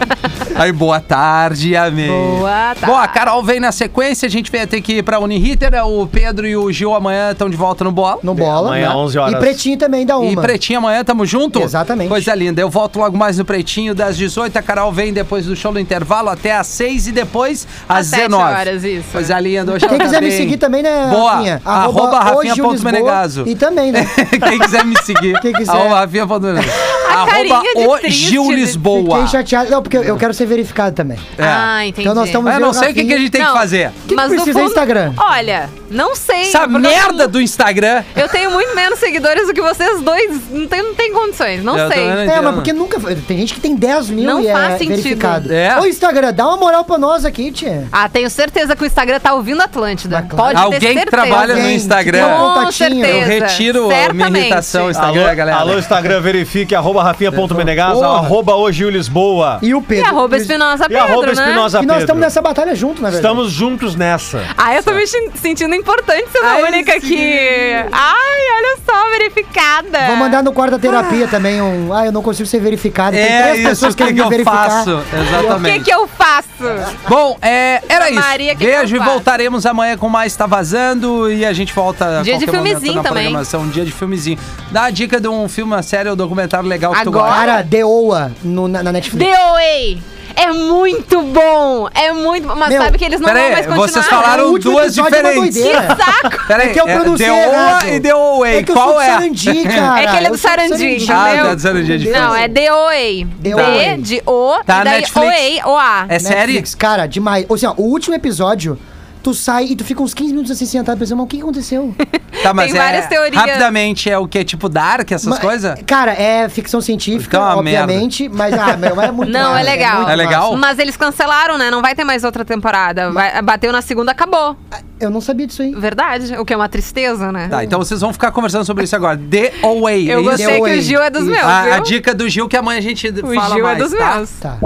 Speaker 4: Aí, boa tarde, amém.
Speaker 3: Boa tarde.
Speaker 4: Bom, a Carol vem na sequência, a gente vai ter que ir pra Uniriter, o Pedro e o Gil amanhã estão de volta no bola.
Speaker 5: No bola.
Speaker 6: Amanhã,
Speaker 5: né?
Speaker 6: 11 horas.
Speaker 5: E pretinho também dá uma.
Speaker 4: é E Pretinho amanhã, tamo junto?
Speaker 5: Exatamente.
Speaker 4: Coisa linda. Eu volto logo mais no Pretinho, das 18 A Carol vem depois do show no intervalo até às 6 e depois às,
Speaker 3: Às sete
Speaker 4: 19
Speaker 3: horas, isso.
Speaker 4: Coisa linda. Hoje
Speaker 5: Quem
Speaker 4: ela tá
Speaker 5: quiser me
Speaker 4: bem.
Speaker 5: seguir também, né,
Speaker 4: Boa.
Speaker 5: Rafinha?
Speaker 4: Arroba
Speaker 5: o
Speaker 4: Rafinha
Speaker 5: Gil
Speaker 4: ponto
Speaker 5: Lisboa.
Speaker 4: Menegaso.
Speaker 5: E também, né?
Speaker 4: Quem quiser me seguir.
Speaker 5: Quem quiser.
Speaker 4: Arroba Rafinha ponto Menegaso. Arroba
Speaker 3: carinha de
Speaker 4: o
Speaker 3: triste
Speaker 4: Gil
Speaker 3: de-
Speaker 4: Lisboa.
Speaker 5: Fiquei chateado. Não, porque eu quero ser verificado também.
Speaker 4: É.
Speaker 3: Ah, entendi.
Speaker 5: Então nós estamos
Speaker 4: Mas eu não sei o que,
Speaker 5: Rafinha.
Speaker 4: que a gente tem
Speaker 3: Não,
Speaker 4: que fazer.
Speaker 5: que precisa do Instagram?
Speaker 3: Olha, não sei.
Speaker 4: Essa
Speaker 3: porque eu
Speaker 4: merda
Speaker 3: tenho-
Speaker 4: do Instagram.
Speaker 3: Eu tenho muito menos seguidores do que vocês dois. Não tem, não tem condições, não
Speaker 4: Eu
Speaker 3: sei.
Speaker 4: também
Speaker 5: É,
Speaker 4: entendo.
Speaker 5: mas porque nunca. Tem gente que tem 10 mil
Speaker 3: Não
Speaker 5: e
Speaker 3: faz
Speaker 5: é
Speaker 3: sentido.
Speaker 5: verificado.
Speaker 4: É.
Speaker 5: Ô, Instagram, dá uma moral pra nós aqui, tia.
Speaker 3: Ah, tenho certeza que o Instagram tá ouvindo Atlântida.
Speaker 5: Mas claro.
Speaker 3: Pode ter
Speaker 4: Alguém
Speaker 3: certeza.
Speaker 4: que trabalha no
Speaker 5: Alguém.
Speaker 4: Instagram.
Speaker 5: um
Speaker 3: Com
Speaker 5: contatinho.
Speaker 3: certeza.
Speaker 4: Eu retiro a minha
Speaker 3: Certamente.
Speaker 4: irritação Instagram,
Speaker 6: Alô,
Speaker 4: galera.
Speaker 6: alô, Instagram, verifique, arroba rafinha.menegas,
Speaker 4: Porra.
Speaker 6: arroba hoje o Lisboa.
Speaker 5: E o
Speaker 3: E
Speaker 5: Pedro.
Speaker 3: arroba Espinosa
Speaker 6: E
Speaker 3: Pedro,
Speaker 6: arroba
Speaker 3: né?
Speaker 6: Espinosa
Speaker 5: E nós estamos
Speaker 6: Pedro.
Speaker 5: né, nessa batalha junto, na verdade.
Speaker 6: Estamos juntos nessa.
Speaker 3: Ah, eu tô me sentindo importante ser a única que. Ai, olha só, verificada.
Speaker 5: Vou mandar no quarto da terapia também um. Ah, eu não consigo ser verificado. Tem
Speaker 4: É
Speaker 5: três
Speaker 4: isso,
Speaker 5: pessoas
Speaker 4: o que
Speaker 5: querem
Speaker 4: que
Speaker 5: me
Speaker 4: eu
Speaker 5: verificar.
Speaker 4: faço?
Speaker 3: O que,
Speaker 4: Exatamente.
Speaker 3: que eu faço?
Speaker 4: Bom, é, era isso.
Speaker 3: Maria, que que
Speaker 4: Beijo
Speaker 3: eu
Speaker 4: e
Speaker 3: faço?
Speaker 4: voltaremos amanhã com mais Tá Vazando e a gente volta a
Speaker 3: Dia de
Speaker 4: qualquer momento
Speaker 3: filmezinho
Speaker 4: na
Speaker 3: também.
Speaker 4: programação. Um dia de filmezinho. Dá a dica de um filme, uma série ou documentário legal que tu
Speaker 3: Agora?
Speaker 4: gosta.
Speaker 5: Cara, Deoa no, na, na Netflix.
Speaker 3: DOA! É muito bom! É muito bom. Mas
Speaker 5: Meu,
Speaker 3: sabe que eles não
Speaker 4: peraí,
Speaker 3: vão mais continuar.
Speaker 4: vocês falaram
Speaker 5: O último
Speaker 4: duas
Speaker 5: episódio é uma
Speaker 4: diferentes.
Speaker 3: Que
Speaker 5: doideira.
Speaker 3: saco!
Speaker 4: Peraí,
Speaker 5: É que eu pronunciei errado.
Speaker 4: e deu away.
Speaker 5: É que eu
Speaker 4: Qual
Speaker 5: sou do
Speaker 4: é?
Speaker 5: Sarandi, cara.
Speaker 3: É que ele é
Speaker 5: Eu
Speaker 3: do
Speaker 5: sou
Speaker 3: Sarandi, entendeu?
Speaker 4: Ah, tá do Sarandi, é diferente.
Speaker 3: Não, é DOA.
Speaker 5: DOA.
Speaker 3: D de O,
Speaker 4: Tá,
Speaker 3: e daí
Speaker 4: Netflix.
Speaker 3: OA, OA.
Speaker 4: É série?
Speaker 5: Netflix, cara, demais. Ou seja, o último episódio, tu sai e tu fica uns 15 minutos assim sentado pensando, mas o que aconteceu?
Speaker 4: Tá, mas
Speaker 3: Tem
Speaker 4: é,
Speaker 3: várias teorias.
Speaker 4: Rapidamente, é o que? Tipo Dark, essas
Speaker 5: Mas,
Speaker 4: coisas?
Speaker 5: Cara, é ficção
Speaker 4: Fica
Speaker 5: científica,
Speaker 4: uma
Speaker 5: obviamente, mas ah, meu, é muito
Speaker 3: Não,
Speaker 5: massa,
Speaker 3: é legal.
Speaker 5: muito
Speaker 4: É legal?
Speaker 5: massa.
Speaker 3: Mas eles cancelaram, né? Não vai ter mais outra temporada. Vai- bateu na segunda, acabou.
Speaker 5: Eu não sabia disso aí.
Speaker 3: Verdade. O que é uma tristeza, né?
Speaker 4: Tá, então vocês vão ficar conversando sobre isso agora. The Away.
Speaker 3: Eu
Speaker 4: é isso?
Speaker 3: gostei que o Gil é dos meus,
Speaker 4: A, a
Speaker 3: viu?
Speaker 4: dica do Gil que amanhã a gente
Speaker 3: O
Speaker 4: fala
Speaker 3: Gil
Speaker 4: mais,
Speaker 3: é dos
Speaker 4: tá?
Speaker 3: meus.
Speaker 5: Tá.